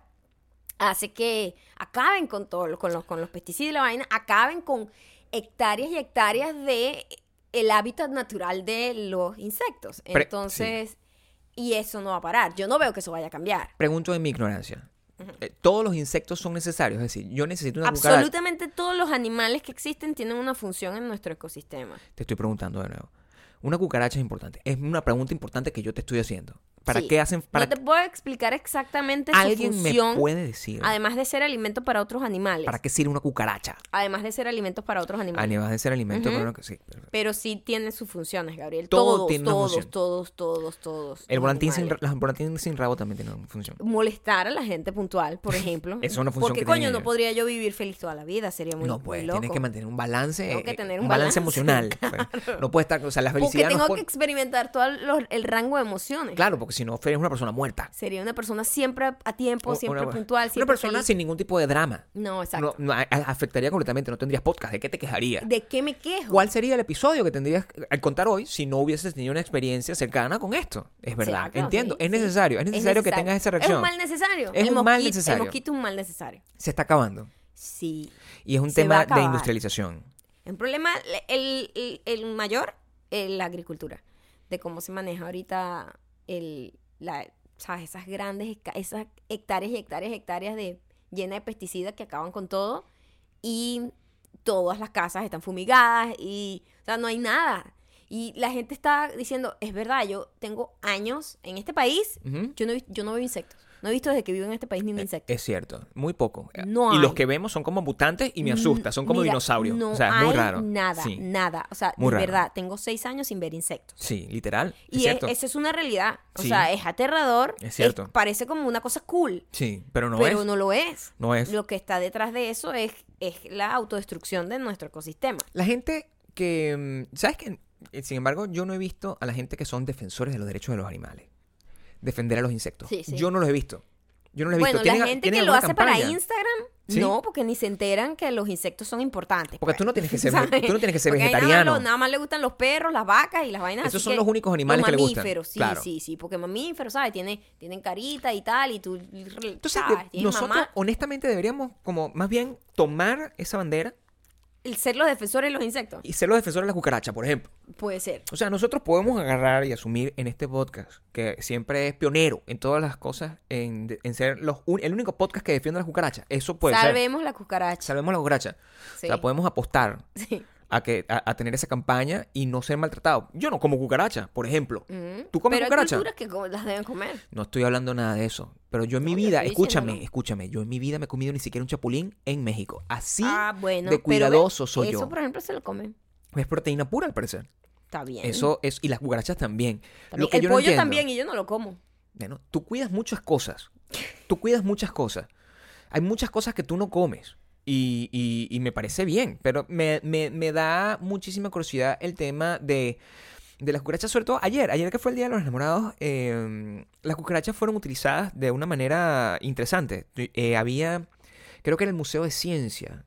Speaker 1: hace que acaben con todo, lo- con los, con los pesticidas y la vaina, acaben con hectáreas y hectáreas de el hábitat natural de los insectos.
Speaker 2: Pre-
Speaker 1: Entonces, y eso no va a parar. Yo no veo que eso vaya a cambiar.
Speaker 2: Pregunto en mi ignorancia. Eh, Todos los insectos son necesarios. Es decir, yo necesito una cucaracha.
Speaker 1: Absolutamente todos los animales que existen tienen una función en nuestro ecosistema.
Speaker 2: Te estoy preguntando de nuevo. Una cucaracha es importante. Es una pregunta importante que yo te estoy haciendo. ¿Para
Speaker 1: Sí.
Speaker 2: qué hacen? Para
Speaker 1: No te puedo explicar exactamente su
Speaker 2: alguien me
Speaker 1: función,
Speaker 2: puede decir
Speaker 1: además de ser alimento para otros animales.
Speaker 2: para qué sirve una cucaracha.
Speaker 1: además de ser alimentos para otros animales.
Speaker 2: Además de ser alimento, pero no que- sí, pero-
Speaker 1: pero sí tienen sus funciones, Gabriel.
Speaker 2: Todo
Speaker 1: todos,
Speaker 2: tiene una
Speaker 1: todos,
Speaker 2: función.
Speaker 1: todos, todos, todos.
Speaker 2: el
Speaker 1: los
Speaker 2: volantín sin, ra-
Speaker 1: animales.
Speaker 2: los volantín sin rabo también tienen una función.
Speaker 1: Molestar a la gente puntual, por ejemplo.
Speaker 2: Eso es una función
Speaker 1: Porque,
Speaker 2: que
Speaker 1: coño,
Speaker 2: tienen
Speaker 1: no
Speaker 2: ellos.
Speaker 1: podría yo vivir feliz toda la vida. Sería muy,
Speaker 2: no puedes,
Speaker 1: muy loco.
Speaker 2: tienes que mantener un balance,
Speaker 1: Tengo que
Speaker 2: eh,
Speaker 1: tener
Speaker 2: un
Speaker 1: un balance,
Speaker 2: balance, emocional. pues. No puede estar, o sea, la
Speaker 1: Porque
Speaker 2: felicidad no
Speaker 1: tengo
Speaker 2: puede-
Speaker 1: que experimentar todo lo- el rango de emociones.
Speaker 2: Claro, porque si no eres una persona muerta.
Speaker 1: Sería una persona siempre a tiempo,
Speaker 2: Una-
Speaker 1: siempre
Speaker 2: una,
Speaker 1: puntual, siempre
Speaker 2: Una persona
Speaker 1: feliz.
Speaker 2: sin ningún tipo de drama.
Speaker 1: No, exacto.
Speaker 2: No- eh. no, a- a- afectaría completamente, no tendrías podcast, ¿de qué te quejarías?
Speaker 1: ¿De qué me quejo?
Speaker 2: ¿Cuál sería el episodio que tendrías al contar hoy si no hubieses tenido una experiencia cercana con esto? Es verdad,
Speaker 1: Exacto,
Speaker 2: entiendo,
Speaker 1: sí,
Speaker 2: es
Speaker 1: sí.
Speaker 2: necesario, es necesario que tengas esa
Speaker 1: Es
Speaker 2: reacción.
Speaker 1: un mal necesario.
Speaker 2: Es
Speaker 1: el
Speaker 2: un mal
Speaker 1: mosquito- El
Speaker 2: necesario.
Speaker 1: mosquito es un mal necesario.
Speaker 2: Se está acabando
Speaker 1: Sí.
Speaker 2: y es un
Speaker 1: Se va a
Speaker 2: tema de
Speaker 1: acabar.
Speaker 2: industrialización.
Speaker 1: Un problema, el, el- el mayor, eh, la agricultura, de cómo se maneja ahorita el, la, ¿sabes? esas grandes, esca- esas hectáreas y hectáreas y hectáreas de, llenas de pesticidas que acaban con todo y todas las casas están fumigadas y, o sea, no hay nada. Y la gente está diciendo, es verdad, yo tengo años en este país,
Speaker 2: Ujú.
Speaker 1: yo no, he vis- yo no veo insectos. No he visto desde que vivo en este país ni un insecto.
Speaker 2: Es cierto, muy poco.
Speaker 1: No
Speaker 2: y los
Speaker 1: hay.
Speaker 2: que vemos son como mutantes y me asusta, son como
Speaker 1: Mira,
Speaker 2: dinosaurios.
Speaker 1: No
Speaker 2: o sea, es muy
Speaker 1: hay
Speaker 2: raro.
Speaker 1: Nada,
Speaker 2: sí,
Speaker 1: nada. O sea,
Speaker 2: Muy
Speaker 1: de
Speaker 2: raro.
Speaker 1: verdad, tengo seis años sin ver insectos.
Speaker 2: sí, literal. es
Speaker 1: Y es-
Speaker 2: cierto.
Speaker 1: eso es una realidad. O
Speaker 2: Sí.
Speaker 1: sea, es aterrador.
Speaker 2: Es cierto.
Speaker 1: parece como una cosa cool,
Speaker 2: Sí, pero no
Speaker 1: pero
Speaker 2: es.
Speaker 1: no lo es.
Speaker 2: No es.
Speaker 1: Lo que está detrás de eso es, es la autodestrucción de nuestro ecosistema.
Speaker 2: La gente que. mm, ¿Sabes qué? Eh, Sin embargo, yo no he visto a la gente que son defensores de los derechos de los animales. Defender a los insectos.
Speaker 1: Sí, sí.
Speaker 2: Yo no los he visto. Yo no los he
Speaker 1: Bueno,
Speaker 2: visto.
Speaker 1: la
Speaker 2: Tienen-
Speaker 1: gente
Speaker 2: tienen
Speaker 1: que lo
Speaker 2: alguna
Speaker 1: hace para
Speaker 2: campaña.
Speaker 1: Instagram
Speaker 2: ¿Sí?
Speaker 1: No, porque ni se enteran que los insectos son importantes.
Speaker 2: Porque
Speaker 1: pues.
Speaker 2: tú no tienes que ser-
Speaker 1: ¿Sabes?
Speaker 2: tú no tienes que ser
Speaker 1: Porque ahí Nada
Speaker 2: vegetariano.
Speaker 1: más, lo- nada más le gustan los perros, las vacas y las vainas.
Speaker 2: Esos
Speaker 1: así
Speaker 2: son los únicos animales
Speaker 1: los
Speaker 2: que le gustan,
Speaker 1: Mamíferos, sí,
Speaker 2: claro.
Speaker 1: sí, sí. Porque mamíferos, ¿sabes? Tienen, tienen carita y tal. Y tú.
Speaker 2: Entonces,
Speaker 1: ¿sabes?
Speaker 2: de-
Speaker 1: Tienes
Speaker 2: nosotros
Speaker 1: mamá.
Speaker 2: honestamente deberíamos como más bien tomar esa bandera
Speaker 1: El ser los defensores de los insectos.
Speaker 2: y ser los defensores de la cucaracha, por ejemplo.
Speaker 1: Puede ser.
Speaker 2: O sea, nosotros podemos agarrar y asumir en este podcast, que siempre es pionero en todas las cosas, en, de- en ser los un- el único podcast que defiende la cucaracha. Eso puede ser.
Speaker 1: Salvemos la cucaracha.
Speaker 2: Salvemos la cucaracha.
Speaker 1: Sí.
Speaker 2: O sea, podemos apostar
Speaker 1: Sí.
Speaker 2: a, que, a, a tener esa campaña y no ser maltratado. Yo no como cucaracha, por ejemplo.
Speaker 1: Mm.
Speaker 2: ¿Tú comes
Speaker 1: Pero
Speaker 2: cucaracha?
Speaker 1: hay culturas que co- las deben comer.
Speaker 2: No estoy hablando nada de eso. Pero yo en mi
Speaker 1: No, yo
Speaker 2: vida,
Speaker 1: estoy
Speaker 2: escúchame,
Speaker 1: diciéndolo.
Speaker 2: escúchame, yo en mi vida me he comido ni siquiera un chapulín en México. Así
Speaker 1: ah, bueno.
Speaker 2: de
Speaker 1: pero
Speaker 2: cuidadoso
Speaker 1: ve,
Speaker 2: soy
Speaker 1: Eso,
Speaker 2: yo.
Speaker 1: por ejemplo, se lo comen.
Speaker 2: Es proteína pura, al parecer.
Speaker 1: Está bien.
Speaker 2: Eso es, y las cucarachas también.
Speaker 1: Está
Speaker 2: Lo
Speaker 1: bien.
Speaker 2: que
Speaker 1: el
Speaker 2: yo no
Speaker 1: pollo
Speaker 2: entiendo-
Speaker 1: también y yo no lo como.
Speaker 2: Bueno, tú cuidas muchas cosas. Tú cuidas muchas cosas. Hay muchas cosas que tú no comes. Y, y- y me parece bien. Pero me, me- me da muchísima curiosidad el tema de, de las cucarachas. Sobre todo ayer. Ayer que fue el Día de los Enamorados. eh, las cucarachas fueron utilizadas de una manera interesante. Eh, había... Creo que era el Museo de Ciencia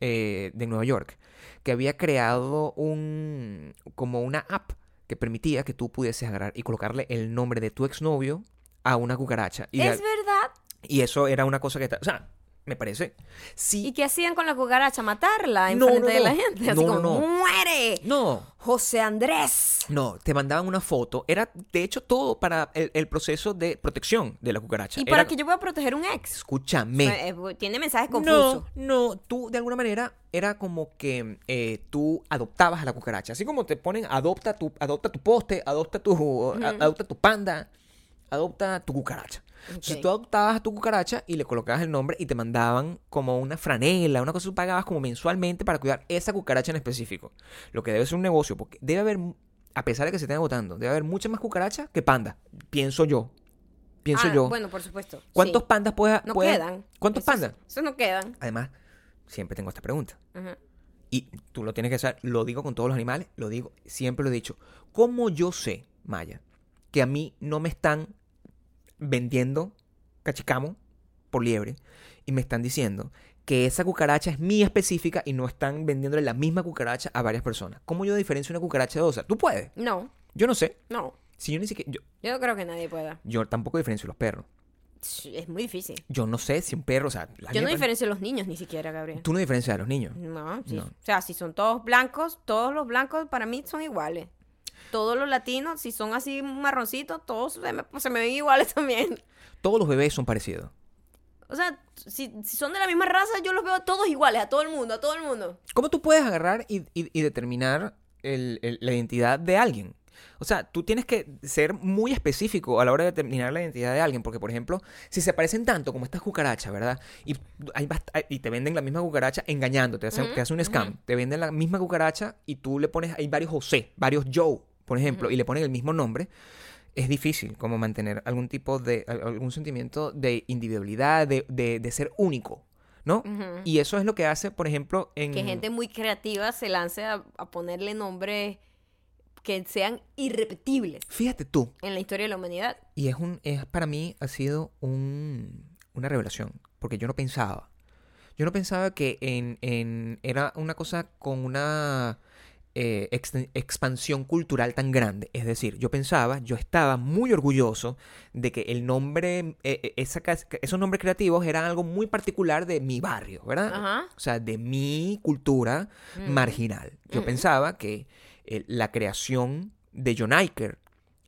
Speaker 2: eh, de Nueva York. Que había creado un... Como una app que permitía que tú pudieses agarrar y colocarle el nombre de tu exnovio a una cucaracha. Y, de-
Speaker 1: es verdad.
Speaker 2: y eso era una cosa que... está- O sea, me parece... Sí.
Speaker 1: ¿Y qué hacían con la cucaracha? ¿Matarla en
Speaker 2: No,
Speaker 1: frente
Speaker 2: no,
Speaker 1: de la
Speaker 2: no.
Speaker 1: gente? Así
Speaker 2: No,
Speaker 1: como,
Speaker 2: no, no.
Speaker 1: ¡muere!
Speaker 2: No,
Speaker 1: José Andrés.
Speaker 2: no, te mandaban una foto. Era, de hecho, todo para el, el proceso de protección de la cucaracha.
Speaker 1: ¿Y
Speaker 2: Era-
Speaker 1: para que yo pueda proteger un ex?
Speaker 2: Escúchame.
Speaker 1: Eh, eh, Tiene mensajes confusos.
Speaker 2: No, no, tú de alguna manera era como que eh, tú adoptabas a la cucaracha. Así como te ponen, adopta tu, adopta tu poste, adopta tu, a- adopta tu panda, adopta tu cucaracha. Entonces
Speaker 1: Ok.
Speaker 2: tú adoptabas a tu cucaracha y le colocabas el nombre y te mandaban como una franela, una cosa que tú pagabas como mensualmente para cuidar esa cucaracha en específico. Lo que debe ser un negocio, porque debe haber, a pesar de que se estén agotando, debe haber muchas más cucarachas que pandas, pienso yo. Pienso
Speaker 1: Ah,
Speaker 2: yo.
Speaker 1: Bueno, por supuesto.
Speaker 2: ¿Cuántos
Speaker 1: sí.
Speaker 2: pandas puedes...
Speaker 1: No
Speaker 2: puedes-
Speaker 1: quedan.
Speaker 2: ¿Cuántos
Speaker 1: Esos-
Speaker 2: pandas?
Speaker 1: Esos no quedan.
Speaker 2: Además, siempre tengo esta pregunta.
Speaker 1: Ajá.
Speaker 2: Y tú lo tienes que saber. Lo digo con todos los animales, lo digo, siempre lo he dicho. ¿Cómo yo sé, Maya, que a mí no me están vendiendo cachicamo por liebre y me están diciendo que esa cucaracha es mía específica y no están vendiéndole la misma cucaracha a varias personas? ¿Cómo yo diferencio una cucaracha de otra? Tú puedes.
Speaker 1: No,
Speaker 2: Yo no sé.
Speaker 1: no.
Speaker 2: Si yo ni siquiera. Yo,
Speaker 1: Yo no creo que nadie pueda.
Speaker 2: yo tampoco diferencio los perros.
Speaker 1: Es muy difícil.
Speaker 2: Yo no sé si un perro. O sea, la
Speaker 1: Yo no
Speaker 2: mía-
Speaker 1: diferencio los niños ni siquiera, Gabriel.
Speaker 2: Tú no diferencias a los niños.
Speaker 1: No, sí.
Speaker 2: No.
Speaker 1: O sea, si son todos blancos, todos los blancos para mí son iguales. Todos los latinos, si son así marroncitos, todos se me, se me ven iguales también.
Speaker 2: Todos los bebés son parecidos.
Speaker 1: O sea, si, si son de la misma raza, yo los veo a todos iguales, a todo el mundo, a todo el mundo.
Speaker 2: ¿Cómo tú puedes agarrar y, y- y determinar el- el- la identidad de alguien? O sea, tú tienes que ser muy específico a la hora de determinar la identidad de alguien, porque por ejemplo, si se parecen tanto como estas cucarachas, ¿verdad? Y, hay bast- y te venden la misma cucaracha engañando, te hacen, te hacen un scam, te venden la misma cucaracha y tú le pones, hay varios José, varios Joe, por ejemplo, y le ponen el mismo nombre, es difícil como mantener algún tipo de, al- algún sentimiento de individualidad, de, de- de ser único, ¿no? Y eso es lo que hace, por ejemplo, en...
Speaker 1: Que gente muy creativa se lance a, a ponerle nombres que sean irrepetibles
Speaker 2: Fíjate tú,
Speaker 1: en la historia de la humanidad.
Speaker 2: y es un, es para mí ha sido un- una revelación, porque yo no pensaba. Yo no pensaba que en, en- era una cosa con una eh, ex- expansión cultural tan grande. Es decir, yo pensaba, yo estaba muy orgulloso de que el nombre, eh, eh, esa cas- esos nombres creativos eran algo muy particular de mi barrio, ¿verdad?
Speaker 1: Ajá.
Speaker 2: O sea, de mi cultura
Speaker 1: Mm.
Speaker 2: marginal. Yo pensaba que eh, la creación de John Iker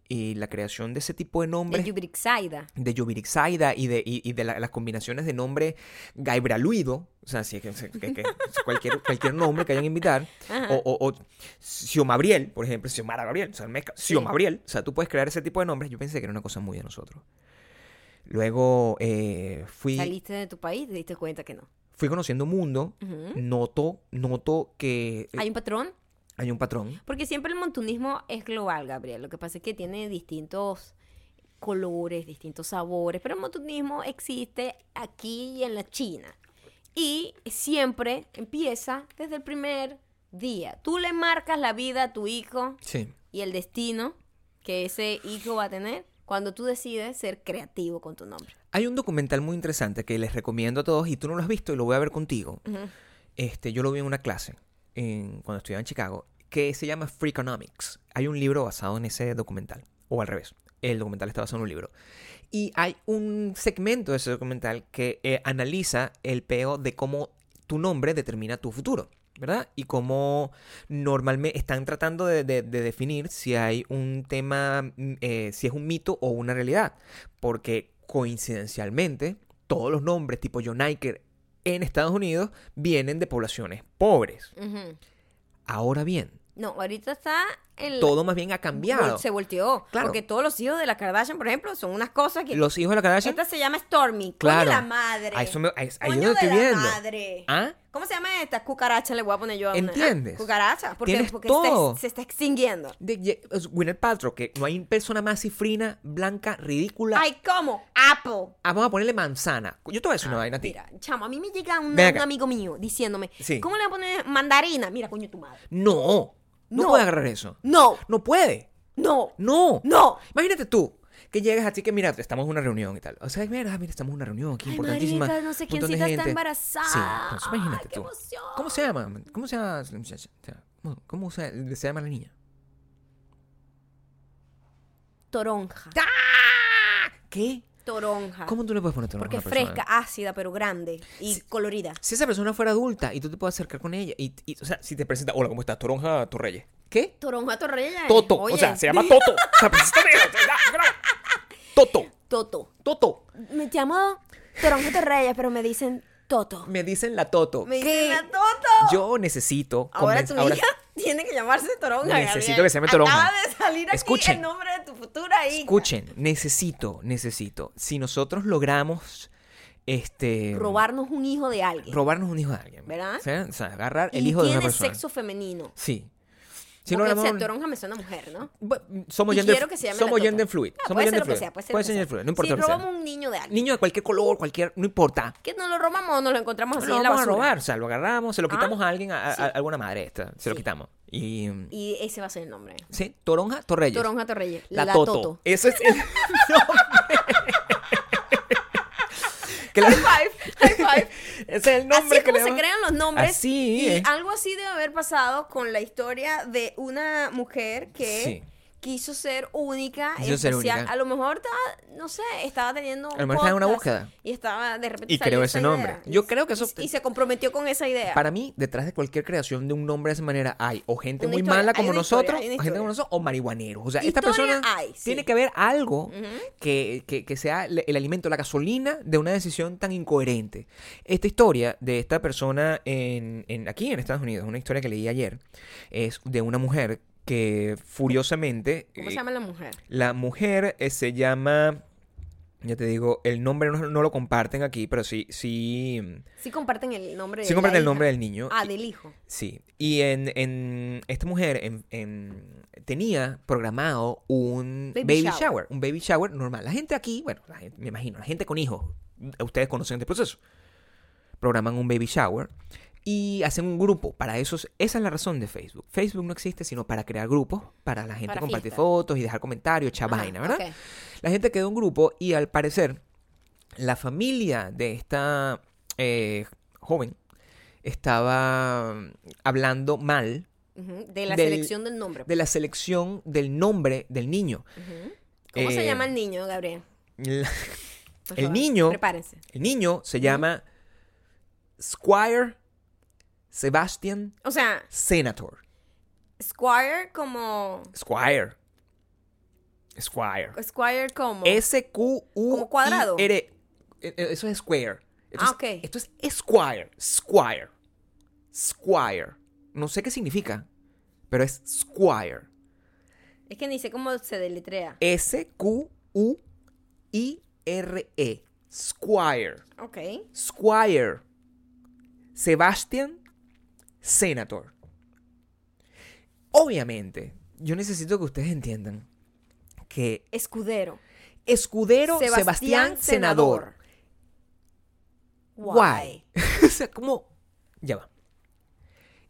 Speaker 2: y la creación de ese tipo de
Speaker 1: De
Speaker 2: nombres
Speaker 1: Yubrixaida.
Speaker 2: de Yubirixaida y de, y, y de la- las combinaciones de nombre Gaibraluido, o sea, si es que, que- que- cualquier, cualquier nombre que hayan invitar, o, o, o Xiomabriel, por ejemplo, Xiomara Gabriel, o sea, mezcla, Xiomabriel, o sea, tú puedes crear ese tipo de nombres, yo pensé que era una cosa muy de nosotros. Luego eh, fui,
Speaker 1: Saliste de tu país, te diste cuenta que no.
Speaker 2: fui conociendo mundo,
Speaker 1: Ujú.
Speaker 2: noto, noto que eh,
Speaker 1: Hay un patrón.
Speaker 2: hay un patrón.
Speaker 1: Porque siempre el montunismo es global, Gabriel. Lo que pasa es que tiene distintos colores, distintos sabores, pero el montunismo existe aquí y en la China. Y siempre empieza desde el primer día. Tú le marcas la vida a tu hijo
Speaker 2: Sí.
Speaker 1: y el destino que ese hijo va a tener cuando tú decides ser creativo con tu nombre.
Speaker 2: Hay un documental muy interesante que les recomiendo a todos y tú no lo has visto y lo voy a ver contigo. Este, yo lo vi en una clase en- cuando estudiaba en Chicago que se llama Freakonomics. Hay un libro basado en ese documental o al revés. El documental está basado en un libro. Y hay un segmento de ese documental que eh, analiza el peo de cómo tu nombre determina tu futuro, ¿verdad? Y cómo normalmente están tratando de, de- de definir si hay un tema, mm, eh, si es un mito o una realidad. Porque coincidencialmente, todos los nombres tipo John Iker en Estados Unidos vienen de poblaciones pobres.
Speaker 1: Ujú.
Speaker 2: Ahora bien,
Speaker 1: No, ahorita está el...
Speaker 2: todo más bien ha cambiado.
Speaker 1: Se volteó.
Speaker 2: Claro.
Speaker 1: Porque todos los hijos de la Kardashian, por ejemplo, son unas cosas que...
Speaker 2: Los hijos de la Kardashian.
Speaker 1: Esta se llama Stormy.
Speaker 2: Claro.
Speaker 1: Coño la madre.
Speaker 2: A eso me- a- ahí es
Speaker 1: Coño
Speaker 2: donde estoy
Speaker 1: de la
Speaker 2: viendo.
Speaker 1: madre.
Speaker 2: ¿Ah?
Speaker 1: ¿Cómo se llama esta cucaracha? Le voy a poner yo a una-
Speaker 2: ¿Entiendes?
Speaker 1: Ah, cucaracha. Porque,
Speaker 2: Tienes
Speaker 1: porque
Speaker 2: todo.
Speaker 1: Se, se está extinguiendo.
Speaker 2: De, ye- es Gwyneth Paltrow, que no hay persona más cifrina, blanca, ridícula.
Speaker 1: Ay, ¿cómo? Apple.
Speaker 2: Ah, vamos a ponerle manzana. Yo te voy a decir una vaina a ti.
Speaker 1: Ah, Mira, chamo, a mí me llega un,
Speaker 2: Ven
Speaker 1: un
Speaker 2: acá.
Speaker 1: amigo mío diciéndome,
Speaker 2: Sí.
Speaker 1: ¿cómo le voy a poner mandarina? Mira, coño, tu madre.
Speaker 2: No, no,
Speaker 1: No.
Speaker 2: puede agarrar eso.
Speaker 1: No,
Speaker 2: No puede.
Speaker 1: no,
Speaker 2: No.
Speaker 1: no.
Speaker 2: Imagínate tú que llegas así que, mira, estamos en una reunión y tal. O sea, mira, ah, mira, estamos en una reunión aquí
Speaker 1: Ay,
Speaker 2: importantísima.
Speaker 1: marica, no sé
Speaker 2: un montón
Speaker 1: quiéncita
Speaker 2: de
Speaker 1: está
Speaker 2: gente.
Speaker 1: embarazada.
Speaker 2: Sí, entonces imagínate
Speaker 1: Ay, qué
Speaker 2: tú.
Speaker 1: emoción.
Speaker 2: ¿Cómo se llama? ¿Cómo se llama? la muchacha? O sea, ¿Cómo, cómo se, se llama la niña?
Speaker 1: Toronja.
Speaker 2: ¿Qué?
Speaker 1: Toronja.
Speaker 2: ¿Cómo tú le puedes poner tu nombre
Speaker 1: Ah. Porque
Speaker 2: a
Speaker 1: es
Speaker 2: una persona?
Speaker 1: fresca, ácida, pero grande y colorida.
Speaker 2: Si esa persona fuera adulta y tú te puedes acercar con ella y, y, o sea, si te presenta, hola, ¿cómo estás? Toronja Torreyes. ¿Qué?
Speaker 1: Toronja Torrella. eh.
Speaker 2: Toto.
Speaker 1: Oye,
Speaker 2: O sea, se llama Toto. O sea, preséntame, o sea, ya, ya. Toto.
Speaker 1: Toto.
Speaker 2: Toto.
Speaker 1: Me llamo Toronja Torrella, pero me dicen Toto.
Speaker 2: Me dicen la Toto.
Speaker 1: Me
Speaker 2: ¿Qué?
Speaker 1: dicen la Toto.
Speaker 2: Yo necesito.
Speaker 1: ahora
Speaker 2: convenc-
Speaker 1: tu hija tiene que llamarse Toronja.
Speaker 2: Necesito
Speaker 1: Gabriel.
Speaker 2: que se llame Toronja.
Speaker 1: Acaba de salir aquí
Speaker 2: Escuchen.
Speaker 1: el nombre de tu futura hija.
Speaker 2: Escuchen, necesito, necesito. Si nosotros logramos este
Speaker 1: Robarnos un hijo de alguien.
Speaker 2: robarnos un hijo de alguien,
Speaker 1: ¿verdad?
Speaker 2: O sea, o sea, agarrar el
Speaker 1: Y
Speaker 2: hijo de una
Speaker 1: tiene
Speaker 2: persona.
Speaker 1: sexo femenino.
Speaker 2: Sí. Si
Speaker 1: Porque,
Speaker 2: logramos-
Speaker 1: o sea, Toronja me suena mujer, ¿no?
Speaker 2: Bu- somos
Speaker 1: Y
Speaker 2: gender,
Speaker 1: quiero que se llame la
Speaker 2: somos
Speaker 1: Toto.
Speaker 2: gender fluid.
Speaker 1: Ah,
Speaker 2: somos
Speaker 1: puede ser
Speaker 2: gender
Speaker 1: lo que
Speaker 2: fluid.
Speaker 1: sea, puede ser,
Speaker 2: Puede
Speaker 1: lo
Speaker 2: ser
Speaker 1: que
Speaker 2: gender
Speaker 1: sea.
Speaker 2: fluid, no importa.
Speaker 1: Si
Speaker 2: lo que sea.
Speaker 1: robamos un niño de alguien.
Speaker 2: Niño de cualquier color, cualquier, no importa.
Speaker 1: Que no lo robamos o nos lo encontramos así
Speaker 2: lo
Speaker 1: en la
Speaker 2: vamos a
Speaker 1: basura.
Speaker 2: robar, o sea, lo agarramos, se lo
Speaker 1: Ah,
Speaker 2: quitamos a alguien, a, a- a alguna madre esta, se lo
Speaker 1: Sí.
Speaker 2: quitamos. Y mm,
Speaker 1: Y ese va a ser el nombre.
Speaker 2: sí, Toronja Torreyes.
Speaker 1: Toronja Torreyes.
Speaker 2: la, Toto. Eso es el nombre. Que la-
Speaker 1: High five, high five.
Speaker 2: Ese es el
Speaker 1: Así
Speaker 2: nombre
Speaker 1: es
Speaker 2: que
Speaker 1: como
Speaker 2: le
Speaker 1: se
Speaker 2: damos.
Speaker 1: crean los nombres.
Speaker 2: Así
Speaker 1: y
Speaker 2: es.
Speaker 1: algo así debe haber pasado con la historia de una mujer que
Speaker 2: Sí.
Speaker 1: quiso ser única,
Speaker 2: Quiso ser
Speaker 1: especial.
Speaker 2: única.
Speaker 1: A lo mejor estaba, no sé, estaba teniendo. un
Speaker 2: A lo mejor estaba en una
Speaker 1: podcast
Speaker 2: búsqueda.
Speaker 1: Y estaba de repente.
Speaker 2: Y
Speaker 1: salió
Speaker 2: creó
Speaker 1: esa
Speaker 2: ese nombre.
Speaker 1: idea.
Speaker 2: Yo creo que eso-
Speaker 1: Y, y se comprometió con esa idea.
Speaker 2: Para mí, detrás de cualquier creación de un nombre de esa manera, hay o gente
Speaker 1: Una
Speaker 2: muy
Speaker 1: historia,
Speaker 2: mala
Speaker 1: hay
Speaker 2: como
Speaker 1: una
Speaker 2: nosotros,
Speaker 1: historia, hay una
Speaker 2: o gente como
Speaker 1: historia.
Speaker 2: nosotros, o marihuaneros. O sea, esta
Speaker 1: Historia
Speaker 2: persona
Speaker 1: hay, sí.
Speaker 2: tiene que haber algo que, que- que sea le- el alimento, la gasolina de una decisión tan incoherente. Esta historia de esta persona en, en- aquí en Estados Unidos, una historia que leí ayer, es de una mujer que furiosamente.
Speaker 1: ¿Cómo
Speaker 2: eh,
Speaker 1: se llama la mujer?
Speaker 2: La mujer eh, se llama. Ya te digo, el nombre no, no lo comparten aquí, pero sí, sí.
Speaker 1: Sí comparten el nombre.
Speaker 2: Sí
Speaker 1: de la
Speaker 2: comparten el
Speaker 1: hija.
Speaker 2: nombre del niño.
Speaker 1: Ah, del hijo.
Speaker 2: Sí. Y en, en- esta mujer en, en- tenía programado un
Speaker 1: Baby
Speaker 2: baby,
Speaker 1: shower.
Speaker 2: shower. un baby shower normal. La gente aquí, bueno, la gente- me imagino, la gente con hijos, ustedes conocen este proceso. Programan un baby shower y hacen un grupo. Para eso, es- esa es la razón de Facebook. Facebook no existe sino para crear grupos, para la gente
Speaker 1: Para
Speaker 2: compartir
Speaker 1: fiesta.
Speaker 2: fotos y dejar comentarios, echa
Speaker 1: Ajá,
Speaker 2: vaina, ¿verdad?
Speaker 1: ok.
Speaker 2: La gente quedó en grupo y al parecer la familia de esta eh, joven estaba mm, hablando mal
Speaker 1: Ujú, De la
Speaker 2: Del-
Speaker 1: selección del nombre.
Speaker 2: de la selección del nombre del niño.
Speaker 1: ¿Cómo se
Speaker 2: Eh,
Speaker 1: llama el niño, Gabriel?
Speaker 2: la-
Speaker 1: Por
Speaker 2: el
Speaker 1: favor,
Speaker 2: niño-
Speaker 1: Prepárense.
Speaker 2: el niño se llama Squire Sebastian
Speaker 1: O sea,
Speaker 2: Senator.
Speaker 1: Squire como.
Speaker 2: Squire. Squire.
Speaker 1: Squire como.
Speaker 2: S Q U
Speaker 1: Como cuadrado.
Speaker 2: I R. Eh, eh, Eso es square. Esto
Speaker 1: Ah,
Speaker 2: es-
Speaker 1: ok.
Speaker 2: Esto es squire, squire. Squire. No sé qué significa, pero es squire.
Speaker 1: Es que ni sé cómo se deletrea.
Speaker 2: S Q U I R E. Squire.
Speaker 1: Ok.
Speaker 2: Squire. Sebastian Senator. Obviamente, yo necesito que ustedes entiendan que
Speaker 1: Escudero.
Speaker 2: escudero Sebastián, senador. Why? o sea, como. Ya va.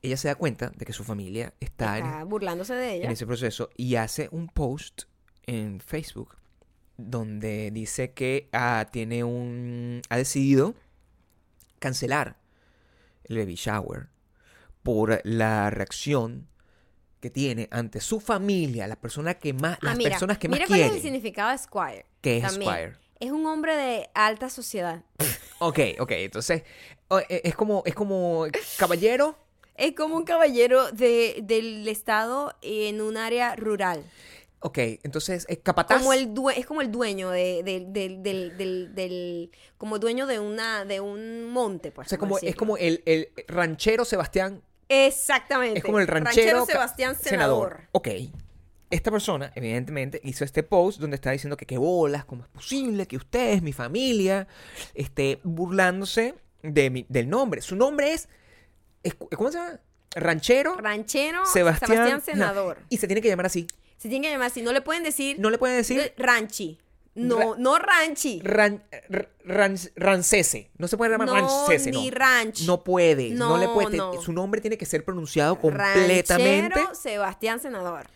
Speaker 2: Ella se da cuenta de que su familia está, en-
Speaker 1: Está burlándose de
Speaker 2: en,
Speaker 1: ella.
Speaker 2: ese proceso y hace un post en Facebook donde dice que ah, tiene un ha decidido cancelar el baby shower por la reacción que tiene ante su familia, la persona que más,
Speaker 1: Ah,
Speaker 2: las
Speaker 1: mira,
Speaker 2: personas que más
Speaker 1: mira cuál es el
Speaker 2: quieren.
Speaker 1: significado de Squire.
Speaker 2: ¿Qué es
Speaker 1: también.
Speaker 2: Squire?
Speaker 1: Es un hombre de alta sociedad.
Speaker 2: Ok, ok, entonces o- e- es como es como caballero
Speaker 1: Es como un caballero de- del estado en un área rural.
Speaker 2: Ok, entonces es capataz.
Speaker 1: Como el due- es como el dueño de, de- del- del- del- del- como dueño de una, de un monte, pues, por
Speaker 2: o sea,
Speaker 1: así
Speaker 2: como, es
Speaker 1: decirlo.
Speaker 2: como el, el ranchero Sebastián.
Speaker 1: Exactamente.
Speaker 2: Es como el ranchero. ca-
Speaker 1: Sebastián Senador.
Speaker 2: Ok. Esta persona, evidentemente, hizo este post donde está diciendo que qué bolas, cómo es posible que ustedes, mi familia, esté burlándose de mi- del nombre. Su nombre es, es- ¿Cómo se llama? Ranchero
Speaker 1: Ranchero
Speaker 2: Sebastián,
Speaker 1: Sebastián, Senador.
Speaker 2: Y se tiene que llamar así.
Speaker 1: Se tiene que llamar, si no le pueden decir
Speaker 2: No le pueden decir
Speaker 1: ranchi. No,
Speaker 2: Ra-
Speaker 1: no ranchi.
Speaker 2: ran- r- ran- rancese. No se puede llamar
Speaker 1: No,
Speaker 2: rancese,
Speaker 1: ni
Speaker 2: no.
Speaker 1: ranch.
Speaker 2: No puede, no,
Speaker 1: No,
Speaker 2: le puede. te-
Speaker 1: no.
Speaker 2: Su nombre tiene que ser pronunciado completamente.
Speaker 1: Ranchero Sebastián Senador.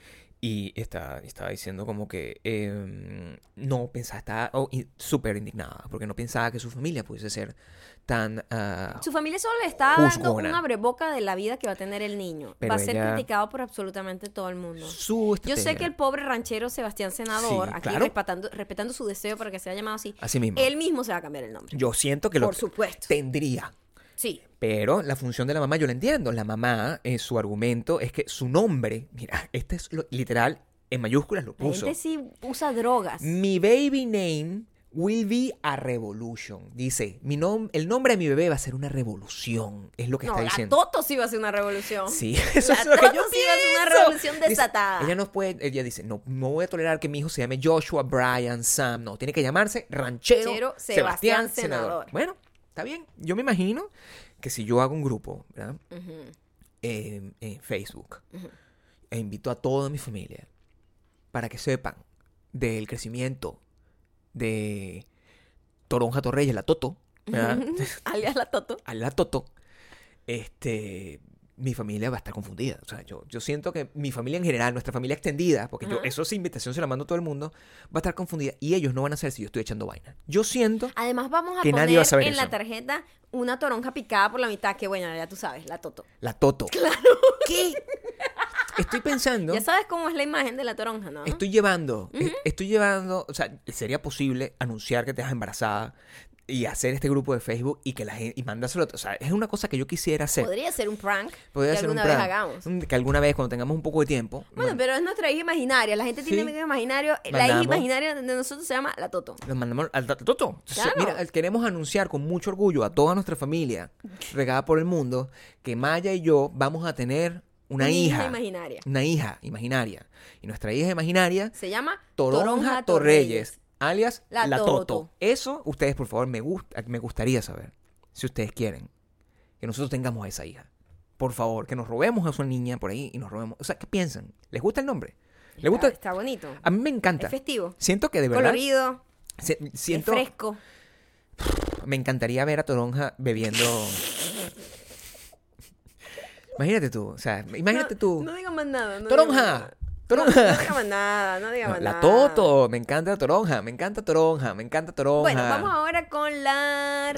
Speaker 2: Y está, estaba diciendo como que em, no pensaba, estaba oh, in- súper indignada, porque no pensaba que su familia pudiese ser tan... ah,
Speaker 1: Su familia solo le está dando
Speaker 2: Juzgona.
Speaker 1: una abreboca de la vida que va a tener el niño.
Speaker 2: Pero
Speaker 1: va a ser
Speaker 2: ella-
Speaker 1: criticado por absolutamente todo el mundo.
Speaker 2: su
Speaker 1: Yo sé
Speaker 2: estrategia.
Speaker 1: que el pobre ranchero Sebastián Senador,
Speaker 2: Sí,
Speaker 1: aquí
Speaker 2: claro.
Speaker 1: respetando, respetando su deseo para que sea llamado así,
Speaker 2: Así mismo.
Speaker 1: él mismo se va a cambiar el nombre.
Speaker 2: Yo siento que lo
Speaker 1: Por supuesto.
Speaker 2: tendría.
Speaker 1: Sí.
Speaker 2: Pero la función de la mamá yo la entiendo. La mamá, eh, su argumento es que su nombre, mira, este es lo- literal, en mayúsculas lo
Speaker 1: La
Speaker 2: puso.
Speaker 1: gente sí usa drogas.
Speaker 2: Mi baby name will be a revolution. Dice, mi nom- el nombre de mi bebé va a ser una revolución. Es lo que
Speaker 1: No,
Speaker 2: está
Speaker 1: la
Speaker 2: diciendo.
Speaker 1: Toto sí va a ser una revolución.
Speaker 2: Sí, eso
Speaker 1: La
Speaker 2: es lo que
Speaker 1: Toto
Speaker 2: yo
Speaker 1: sí va a ser una
Speaker 2: pienso.
Speaker 1: revolución
Speaker 2: Dice,
Speaker 1: desatada.
Speaker 2: ella no puede, ella dice, no, no voy a tolerar que mi hijo se llame Joshua, Brian, Sam. No, tiene que llamarse ranchero
Speaker 1: Ranchero
Speaker 2: Sebastián,
Speaker 1: Sebastián
Speaker 2: Senador.
Speaker 1: Senador.
Speaker 2: Bueno, está bien. Yo me imagino que si yo hago un grupo, ¿verdad?
Speaker 1: Ujú.
Speaker 2: eh, en Facebook e invito a toda mi familia para que sepan del crecimiento de Toronja Torreyes, la Toto, ¿verdad?
Speaker 1: Alias la Toto.
Speaker 2: a la Toto, este, mi familia va a estar confundida. O sea, yo, yo siento que mi familia en general, nuestra familia extendida, porque yo,
Speaker 1: Ajá.
Speaker 2: eso es invitación, se la mando a todo el mundo, va a estar confundida y ellos no van a saber si yo estoy echando vaina. Yo siento,
Speaker 1: Además vamos a
Speaker 2: Que
Speaker 1: poner
Speaker 2: nadie va a saber
Speaker 1: en la
Speaker 2: eso.
Speaker 1: tarjeta una toronja picada por la mitad, que bueno, ya tú sabes, la Toto.
Speaker 2: la Toto. Claro. ¿Qué? Estoy pensando.
Speaker 1: Ya sabes cómo es la imagen de la toronja, ¿no?
Speaker 2: Estoy llevando, es- estoy llevando, o sea, sería posible anunciar que te has embarazada y hacer este grupo de Facebook y que la gente, y mandárselo, a to- o sea, es una cosa que yo quisiera hacer.
Speaker 1: Podría ser un prank
Speaker 2: Podría
Speaker 1: que
Speaker 2: ser
Speaker 1: alguna
Speaker 2: un
Speaker 1: vez
Speaker 2: plan,
Speaker 1: hagamos.
Speaker 2: mm, Que alguna vez cuando tengamos un poco de tiempo.
Speaker 1: Bueno,
Speaker 2: man-
Speaker 1: pero es nuestra hija imaginaria. La gente tiene
Speaker 2: Sí.
Speaker 1: amigos imaginarios. La hija
Speaker 2: Mandamos.
Speaker 1: imaginaria de nosotros se llama la Toto.
Speaker 2: Los mandamos al Tato Toto. Entonces,
Speaker 1: Claro.
Speaker 2: Mira, queremos anunciar con mucho orgullo a toda nuestra familia regada por el mundo que Maya y yo vamos a tener una
Speaker 1: Mi hija
Speaker 2: hija.
Speaker 1: imaginaria.
Speaker 2: Una hija imaginaria. Y nuestra hija imaginaria
Speaker 1: Se llama
Speaker 2: Toronja, Torreyes, alias
Speaker 1: La
Speaker 2: La,
Speaker 1: Toto.
Speaker 2: Toto. Eso, ustedes, por favor, me, gusta, me gustaría saber, si ustedes quieren, que nosotros tengamos a esa hija. Por favor, que nos robemos a su niña por ahí y nos robemos. O sea, ¿qué piensan? ¿Les gusta el nombre? ¿Les
Speaker 1: Está,
Speaker 2: gusta?
Speaker 1: está bonito.
Speaker 2: A mí me encanta.
Speaker 1: Es festivo.
Speaker 2: Siento que de verdad.
Speaker 1: Colorido.
Speaker 2: se- siento.
Speaker 1: Es fresco.
Speaker 2: Me encantaría ver a Toronja bebiendo. imagínate tú. O sea, imagínate
Speaker 1: No-
Speaker 2: tú.
Speaker 1: No digas más nada. no digas más
Speaker 2: ¡Toronja!
Speaker 1: nada.
Speaker 2: ¡Toronja!
Speaker 1: No digas más nada. No digas
Speaker 2: No,
Speaker 1: más
Speaker 2: la
Speaker 1: nada.
Speaker 2: Toto, me encanta la toronja, me encanta toronja, me encanta toronja.
Speaker 1: Bueno, vamos ahora con la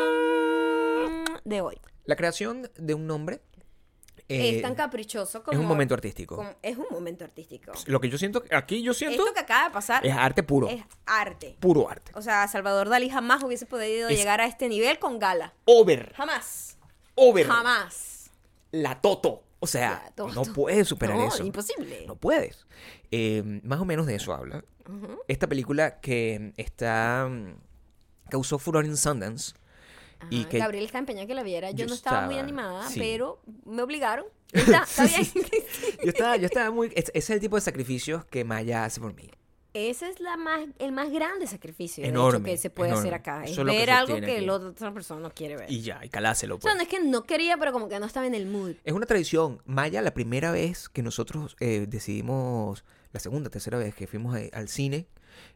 Speaker 1: recomendación de hoy.
Speaker 2: La creación de un nombre eh,
Speaker 1: es tan caprichoso como.
Speaker 2: es un momento artístico.
Speaker 1: como- es un momento artístico.
Speaker 2: Lo que yo siento, aquí yo siento,
Speaker 1: Esto que acaba de pasar
Speaker 2: es arte puro,
Speaker 1: es arte.
Speaker 2: puro arte.
Speaker 1: O sea, Salvador Dalí jamás hubiese podido
Speaker 2: Es-
Speaker 1: llegar a este nivel con gala.
Speaker 2: Over,
Speaker 1: Jamás.
Speaker 2: over,
Speaker 1: Jamás.
Speaker 2: la toto. O sea,
Speaker 1: La Toto.
Speaker 2: no puedes superar
Speaker 1: No,
Speaker 2: eso.
Speaker 1: imposible.
Speaker 2: No puedes. Eh, más o menos de eso habla. Esta película que está mm, causó furor en Sundance y
Speaker 1: Ajá,
Speaker 2: que
Speaker 1: Ah, Gabriel está empeñado que la viera. Yo,
Speaker 2: yo
Speaker 1: no estaba, muy
Speaker 2: estaba-
Speaker 1: animada,
Speaker 2: sí.
Speaker 1: pero me obligaron. Está, está bien.
Speaker 2: yo estaba, yo estaba muy, es- ese es el tipo de sacrificios que Maya hace por mí.
Speaker 1: Ese es la más, el más grande sacrificio de hecho,
Speaker 2: Enorme,
Speaker 1: que se puede hacer
Speaker 2: enorme.
Speaker 1: acá. Es
Speaker 2: Eso es lo que
Speaker 1: ver
Speaker 2: se
Speaker 1: algo
Speaker 2: tiene
Speaker 1: que
Speaker 2: aquí.
Speaker 1: la otra persona no quiere ver.
Speaker 2: Y ya, y caláselo.
Speaker 1: o
Speaker 2: pues.
Speaker 1: sea, no es que no quería, pero como que no estaba en el mood.
Speaker 2: Es una tradición. Maya, la primera vez que nosotros eh, decidimos la segunda, tercera vez que fuimos a- al cine,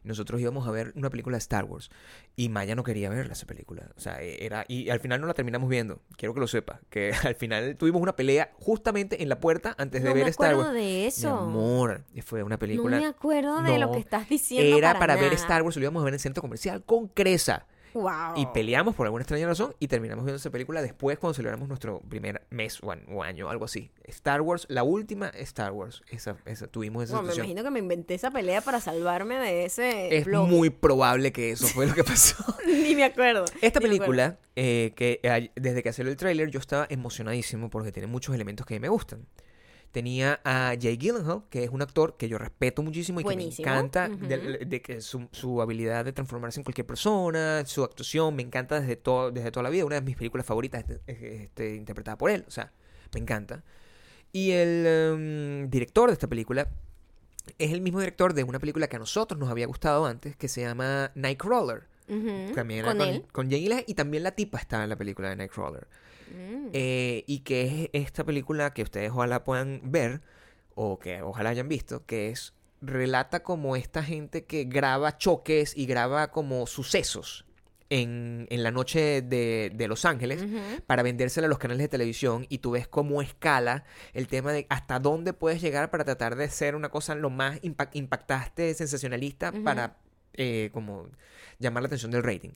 Speaker 2: nosotros íbamos a ver una película de Star Wars y Maya no quería verla esa película. O sea, e- era y al final no la terminamos viendo. Quiero que lo sepa, que al final tuvimos una pelea justamente en la puerta antes de
Speaker 1: No me
Speaker 2: ver Star
Speaker 1: acuerdo
Speaker 2: Wars.
Speaker 1: de
Speaker 2: Mi
Speaker 1: eso.
Speaker 2: amor, fue una
Speaker 1: no
Speaker 2: película
Speaker 1: me acuerdo de lo
Speaker 2: No,
Speaker 1: que estás diciendo.
Speaker 2: era para, ver
Speaker 1: nada.
Speaker 2: Star Wars, lo íbamos a ver en el centro comercial con Cresa.
Speaker 1: Wow.
Speaker 2: Y peleamos por alguna extraña razón y terminamos viendo esa película después cuando celebramos nuestro primer mes o, an- o año, algo así. Star Wars, la última Star Wars. Esa, esa, tuvimos esa
Speaker 1: Bueno, me
Speaker 2: situación.
Speaker 1: imagino que me inventé esa pelea para salvarme de ese.
Speaker 2: Es
Speaker 1: blog.
Speaker 2: muy probable que eso fue lo que pasó.
Speaker 1: Ni me acuerdo.
Speaker 2: Esta
Speaker 1: Ni me acuerdo.
Speaker 2: película, eh, que eh, desde que salió el tráiler yo estaba emocionadísimo porque tiene muchos elementos que me gustan. Tenía a Jay Gyllenhaal, que es un actor que yo respeto muchísimo y
Speaker 1: Buenísimo.
Speaker 2: que me encanta de,
Speaker 1: Ujú.
Speaker 2: de que su, su habilidad de transformarse en cualquier persona, su actuación, me encanta desde, todo, desde toda la vida. Una de mis películas favoritas es- es- este, interpretada por él, o sea, me encanta. Y el em, director de esta película es el mismo director de una película que a nosotros nos había gustado antes, que se llama Nightcrawler.
Speaker 1: Ujú,
Speaker 2: También era
Speaker 1: con
Speaker 2: con,
Speaker 1: él.
Speaker 2: con Jane Gyllenhaal, y también la tipa estaba en la película de Nightcrawler.
Speaker 1: Mm.
Speaker 2: Eh, y que es esta película que ustedes ojalá puedan ver, o que ojalá hayan visto, que es relata como esta gente que graba choques y graba como sucesos en, en la noche de, de Los Ángeles
Speaker 1: Ujú.
Speaker 2: para vendérsela a los canales de televisión y tú ves cómo escala el tema de hasta dónde puedes llegar para tratar de ser una cosa lo más impac- impactante, sensacionalista
Speaker 1: Ujú.
Speaker 2: para eh, como llamar la atención del rating.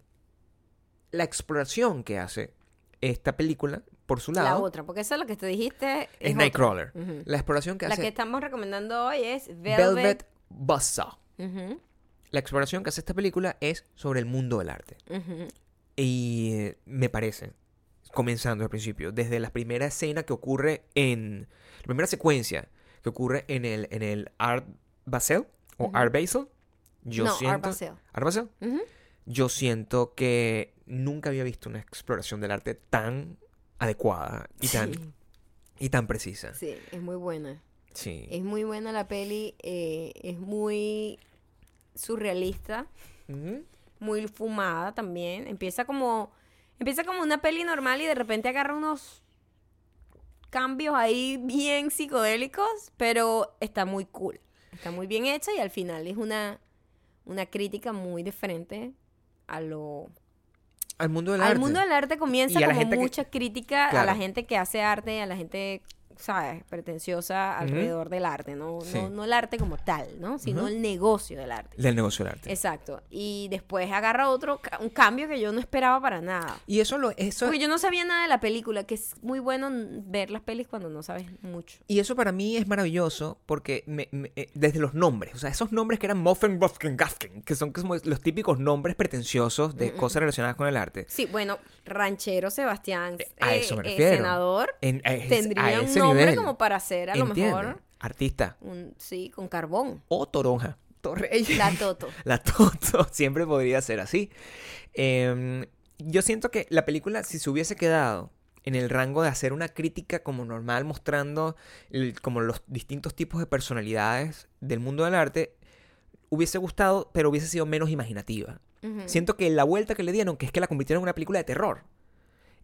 Speaker 2: La exploración que hace esta película, por su
Speaker 1: La
Speaker 2: lado,
Speaker 1: otra, porque esa es la que te dijiste.
Speaker 2: es
Speaker 1: otra.
Speaker 2: Nightcrawler.
Speaker 1: Ujú.
Speaker 2: La exploración que
Speaker 1: La
Speaker 2: hace
Speaker 1: que estamos recomendando hoy es Velvet.
Speaker 2: Velvet, Buzzsaw.
Speaker 1: Ujú,
Speaker 2: La exploración que hace esta película es sobre el mundo del arte.
Speaker 1: ujú.
Speaker 2: Y eh, me parece, comenzando al principio, desde la primera escena que ocurre en. La primera secuencia que ocurre en el, en el Art Basel o
Speaker 1: Ujú.
Speaker 2: Art Basel. Yo
Speaker 1: no,
Speaker 2: siento.
Speaker 1: Art Basel.
Speaker 2: Art Basel.
Speaker 1: Ujú.
Speaker 2: Yo siento que nunca había visto una exploración del arte tan adecuada y tan,
Speaker 1: Sí,
Speaker 2: y tan precisa.
Speaker 1: sí, Eh, es muy buena.
Speaker 2: Sí.
Speaker 1: Es muy buena la peli. eh, es muy surrealista.
Speaker 2: Ujú.
Speaker 1: muy fumada también. Empieza como empieza como una peli normal y de repente agarra unos cambios ahí bien psicodélicos, pero está muy cool. Está muy bien hecha y al final es una una crítica muy diferente a lo
Speaker 2: Al mundo del
Speaker 1: al
Speaker 2: arte.
Speaker 1: mundo del arte comienza
Speaker 2: Y a la
Speaker 1: como
Speaker 2: gente que-
Speaker 1: mucha crítica a la
Speaker 2: Claro.
Speaker 1: gente que hace arte, a la gente sabes, pretenciosa alrededor del arte, ¿no?
Speaker 2: Sí.
Speaker 1: no no el arte como tal, ¿no? Sino
Speaker 2: Ujú.
Speaker 1: el negocio del arte.
Speaker 2: Del negocio del arte.
Speaker 1: Exacto. Y después agarra otro, ca- un cambio que yo no esperaba para nada.
Speaker 2: Y eso lo. Eso,
Speaker 1: Porque yo no sabía nada de la película, que es muy bueno n- ver las pelis cuando no sabes mucho.
Speaker 2: Y eso para mí es maravilloso porque me- me- eh, desde los nombres, o sea, esos nombres que eran Muffin, Buffkin, Gafkin, que son como los típicos nombres pretenciosos
Speaker 1: Mm,
Speaker 2: de cosas relacionadas con el arte.
Speaker 1: Sí, bueno, ranchero Sebastián,
Speaker 2: a
Speaker 1: eh,
Speaker 2: eso me
Speaker 1: eh,
Speaker 2: refiero.
Speaker 1: senador,
Speaker 2: En- a- es- a
Speaker 1: tendría un
Speaker 2: ese
Speaker 1: nombre
Speaker 2: nivel.
Speaker 1: como para hacer a
Speaker 2: Entiende,
Speaker 1: lo mejor
Speaker 2: Artista.
Speaker 1: un sí, con carbón.
Speaker 2: O Toronja. Torrey.
Speaker 1: La Toto.
Speaker 2: La Toto siempre podría ser así. Em, yo siento que la película, si se hubiese quedado en el rango de hacer una crítica como normal, mostrando el- como los distintos tipos de personalidades del mundo del arte, hubiese gustado, pero hubiese sido menos imaginativa.
Speaker 1: Ujú.
Speaker 2: Siento que la vuelta que le dieron, que es que la convirtieron en una película de terror,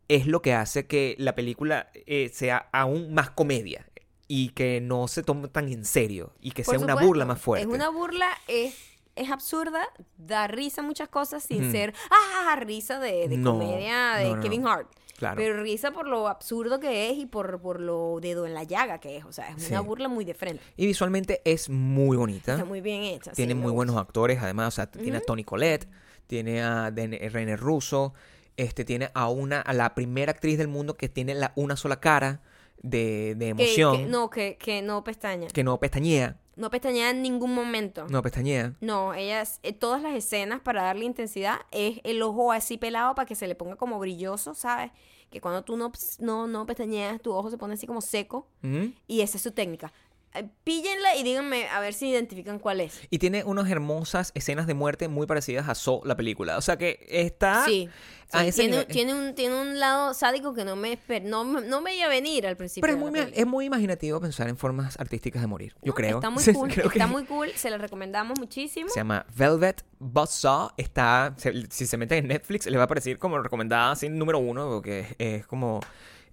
Speaker 2: es lo que hace que la película eh, sea aún más comedia y que no se tome tan en serio y que
Speaker 1: Por
Speaker 2: sea una
Speaker 1: supuesto,
Speaker 2: burla más fuerte.
Speaker 1: Es una burla, es, es absurda, da risa muchas cosas sin
Speaker 2: Ujú.
Speaker 1: ser, ah, risa de, de
Speaker 2: No,
Speaker 1: comedia de
Speaker 2: no, no,
Speaker 1: Kevin
Speaker 2: no.
Speaker 1: Hart.
Speaker 2: Claro.
Speaker 1: Pero risa por lo absurdo que es y por, por lo dedo en la llaga que es. O sea, es una
Speaker 2: Sí.
Speaker 1: burla muy de frente.
Speaker 2: Y visualmente es muy bonita.
Speaker 1: Está muy bien hecha. sí,
Speaker 2: tiene
Speaker 1: me
Speaker 2: muy
Speaker 1: gusta.
Speaker 2: buenos actores, además. O sea, tiene a Tony Collette, tiene a Den- eh, René Russo, este, tiene a una, a la primera actriz del mundo que tiene la, una sola cara de, de
Speaker 1: Que- que-
Speaker 2: emoción.
Speaker 1: no, que, que no pestaña.
Speaker 2: que no pestañea.
Speaker 1: No pestaña en ningún momento. No.
Speaker 2: No pestañea.
Speaker 1: ellas, eh, todas las escenas para darle intensidad es el ojo así pelado para que se le ponga como brilloso, ¿sabes? Que cuando tú no, ps- no, no pestañeas, tu ojo se pone así como seco.
Speaker 2: Ujú.
Speaker 1: Y esa es su técnica. Eh, Píllenla y díganme a ver si identifican cuál es.
Speaker 2: Y tiene unas hermosas escenas de muerte muy parecidas a So, la película. O sea que está.
Speaker 1: sí. sí,
Speaker 2: a Ah, ese
Speaker 1: tiene,
Speaker 2: nivel.
Speaker 1: tiene un, tiene un lado sádico que no me, esper- no, me- no me iba a venir al principio.
Speaker 2: Pero
Speaker 1: de
Speaker 2: es
Speaker 1: la
Speaker 2: muy, ma-
Speaker 1: película.
Speaker 2: es muy imaginativo pensar en formas artísticas de morir. Yo
Speaker 1: No,
Speaker 2: creo.
Speaker 1: Está muy
Speaker 2: Sí,
Speaker 1: cool,
Speaker 2: creo que-
Speaker 1: está muy cool, se la recomendamos muchísimo.
Speaker 2: Se llama Velvet Buzzsaw. Está, se- si se meten en Netflix, les va a aparecer como recomendada, así, número uno, porque es como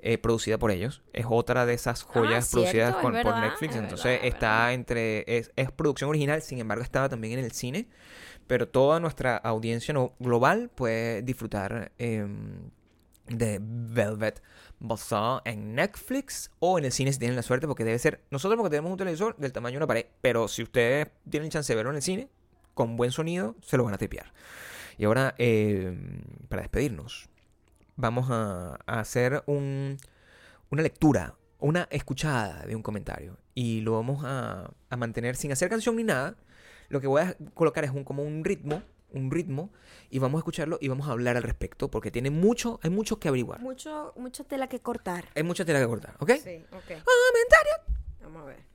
Speaker 2: eh, producida por ellos. Es otra de esas joyas
Speaker 1: Ah, cierto,
Speaker 2: producidas
Speaker 1: es
Speaker 2: con- por
Speaker 1: verdad,
Speaker 2: Netflix.
Speaker 1: es
Speaker 2: Entonces
Speaker 1: verdad, es
Speaker 2: está
Speaker 1: verdad.
Speaker 2: entre. Es, es producción original, sin embargo, estaba también en el cine. Pero toda nuestra audiencia no- global puede disfrutar eh, de Velvet Buzzsaw en Netflix o en el cine si tienen la suerte, porque debe ser. Nosotros, porque tenemos un televisor del tamaño de una pared, pero si ustedes tienen chance de verlo en el cine, con buen sonido, se lo van a tripear. Y ahora, eh, para despedirnos, vamos a, a hacer un, una lectura, una escuchada de un comentario. Y lo vamos a, a mantener sin hacer canción ni nada. Lo que voy a colocar es un, como un ritmo, un ritmo, y vamos a escucharlo y vamos a hablar al respecto, porque tiene mucho, hay mucho que averiguar.
Speaker 1: Mucho, mucho tela que cortar.
Speaker 2: Hay mucha tela que cortar, ¿ok?
Speaker 1: Sí, ok. Comentario. Vamos a ver.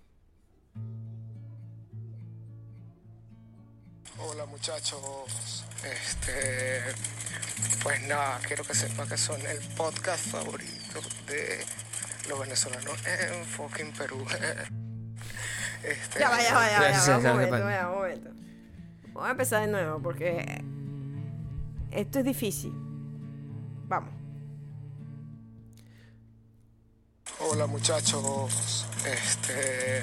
Speaker 3: Hola muchachos, este, pues nada, quiero que sepan que son el podcast favorito de los venezolanos en fucking Perú. Este,
Speaker 1: Ya va, ya va, ya va, ya
Speaker 2: Gracias,
Speaker 1: va. Un
Speaker 2: ya,
Speaker 1: momento,
Speaker 2: Rafael.
Speaker 1: ya, un momento. Vamos a empezar de nuevo porque esto es difícil. Vamos.
Speaker 3: Hola muchachos, este,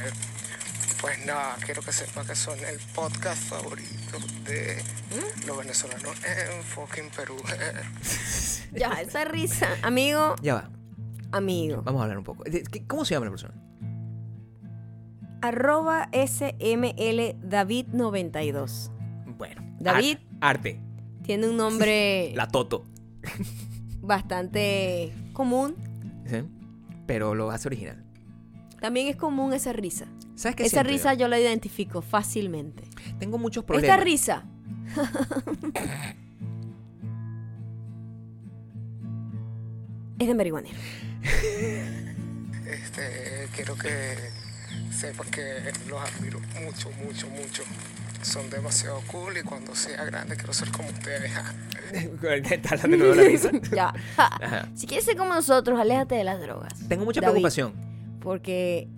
Speaker 3: pues nada, quiero que sepan que son el podcast favorito de
Speaker 1: ¿Mm?
Speaker 3: los venezolanos en fucking Perú.
Speaker 1: Ya, esa risa. Amigo,
Speaker 2: Ya va,
Speaker 1: amigo.
Speaker 2: vamos a hablar un poco. ¿De- qué- ¿Cómo se llama la persona?
Speaker 1: Arroba SML David92.
Speaker 2: Bueno,
Speaker 1: David. Eh.
Speaker 2: Ar- arte,
Speaker 1: Tiene un nombre
Speaker 2: la Toto.
Speaker 1: bastante común.
Speaker 2: ¿sí? Pero lo hace original.
Speaker 1: También es común esa risa.
Speaker 2: ¿Sabes qué
Speaker 1: Esa
Speaker 2: siento yo?
Speaker 1: risa yo la identifico fácilmente.
Speaker 2: Tengo muchos
Speaker 1: Esta
Speaker 2: problemas.
Speaker 1: risa. es de marihuanero.
Speaker 3: Este, quiero que sepan que los admiro mucho, mucho, mucho. Son demasiado cool y cuando sea grande quiero ser como ustedes.
Speaker 2: Está hablando de nuevo la risa.
Speaker 1: Ya.
Speaker 2: Ajá.
Speaker 1: si quieres ser como nosotros, aléjate de las drogas.
Speaker 2: Tengo mucha
Speaker 1: David,
Speaker 2: preocupación.
Speaker 1: Porque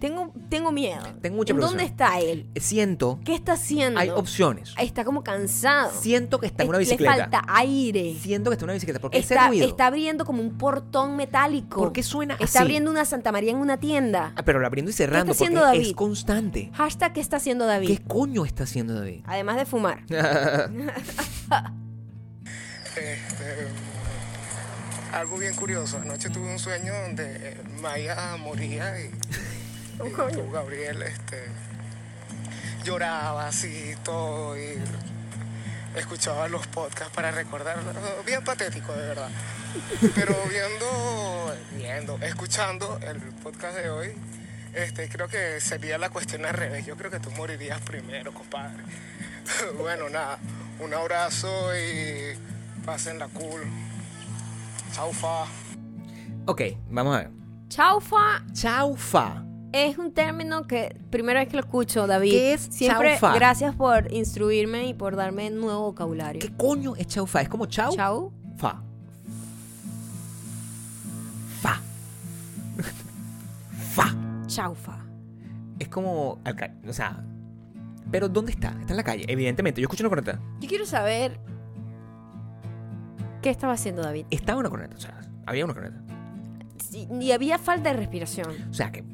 Speaker 1: tengo, tengo miedo.
Speaker 2: Tengo mucha
Speaker 1: ¿En ¿Dónde
Speaker 2: preocupación.
Speaker 1: está él?
Speaker 2: Siento
Speaker 1: ¿Qué está haciendo?
Speaker 2: hay opciones.
Speaker 1: Está como cansado.
Speaker 2: Siento que está en una
Speaker 1: Es-
Speaker 2: bicicleta.
Speaker 1: Le falta aire.
Speaker 2: Siento que está en una bicicleta. ¿Por qué ese
Speaker 1: Está,
Speaker 2: ruido?
Speaker 1: está abriendo como un portón metálico.
Speaker 2: ¿Por qué suena
Speaker 1: Está
Speaker 2: así?
Speaker 1: abriendo una Santa María en una tienda.
Speaker 2: Ah, pero lo abriendo y cerrando porque
Speaker 1: haciendo David?
Speaker 2: es constante.
Speaker 1: Hashtag ¿qué está haciendo David?
Speaker 2: ¿Qué coño está haciendo David?
Speaker 1: Además de fumar.
Speaker 3: Este, algo bien curioso, anoche tuve un sueño donde Maya moría y, y tú, Gabriel, este, lloraba así todo y escuchaba los podcasts para recordar, bien patético de verdad. Pero viendo, viendo, escuchando el podcast de hoy, este, creo que sería la cuestión al revés. Yo creo que tú morirías primero, compadre. bueno, nada, un abrazo y pasen la cool. Chau, fa.
Speaker 2: ok, vamos a ver.
Speaker 1: Chaufa
Speaker 2: Chaufa.
Speaker 1: es un término que primera vez que lo escucho, David.
Speaker 2: ¿Qué es
Speaker 1: Siempre
Speaker 2: chaufa?
Speaker 1: gracias por instruirme y por darme nuevo vocabulario.
Speaker 2: ¿Qué coño es chaufa? Es como chau.
Speaker 1: Chau.
Speaker 2: Fa. Fa. Fa.
Speaker 1: Chaufa.
Speaker 2: Es como. alca- O sea. Pero ¿dónde está? Está en la calle, evidentemente. Yo escucho una corneta.
Speaker 1: Yo quiero saber qué estaba haciendo David.
Speaker 2: Estaba una corneta. O sea, había una corneta.
Speaker 1: Sí, Y había falta de respiración.
Speaker 2: O sea que.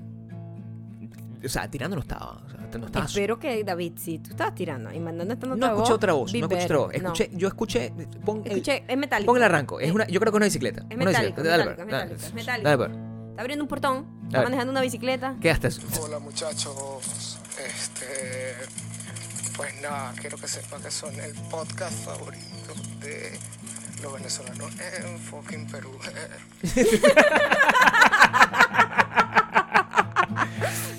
Speaker 2: O sea, tirando no estaba. O sea, no estaba
Speaker 1: Espero que David, si tú estabas tirando y mandando esta nota
Speaker 2: No
Speaker 1: de
Speaker 2: escuché otra voz,
Speaker 1: be
Speaker 2: no escuché
Speaker 1: better.
Speaker 2: otra voz.
Speaker 1: No.
Speaker 2: Escuché, Yo escuché. Pon el,
Speaker 1: Escuché, es metálico. Eh,
Speaker 2: pon el arranco. Es una, yo creo que es una bicicleta.
Speaker 1: Es
Speaker 2: Una
Speaker 1: metálico,
Speaker 2: bicicleta. Dale,
Speaker 1: metálico,
Speaker 2: Albert,
Speaker 1: es
Speaker 2: dale.
Speaker 1: metálico, es metálico.
Speaker 2: Dale, pues, Albert.
Speaker 1: Está abriendo un portón, está
Speaker 2: A ver.
Speaker 1: manejando una bicicleta.
Speaker 2: ¿Qué haces?
Speaker 3: Hola muchachos, este, pues nada, quiero que sepan que son el podcast favorito de los venezolanos en fucking Perú.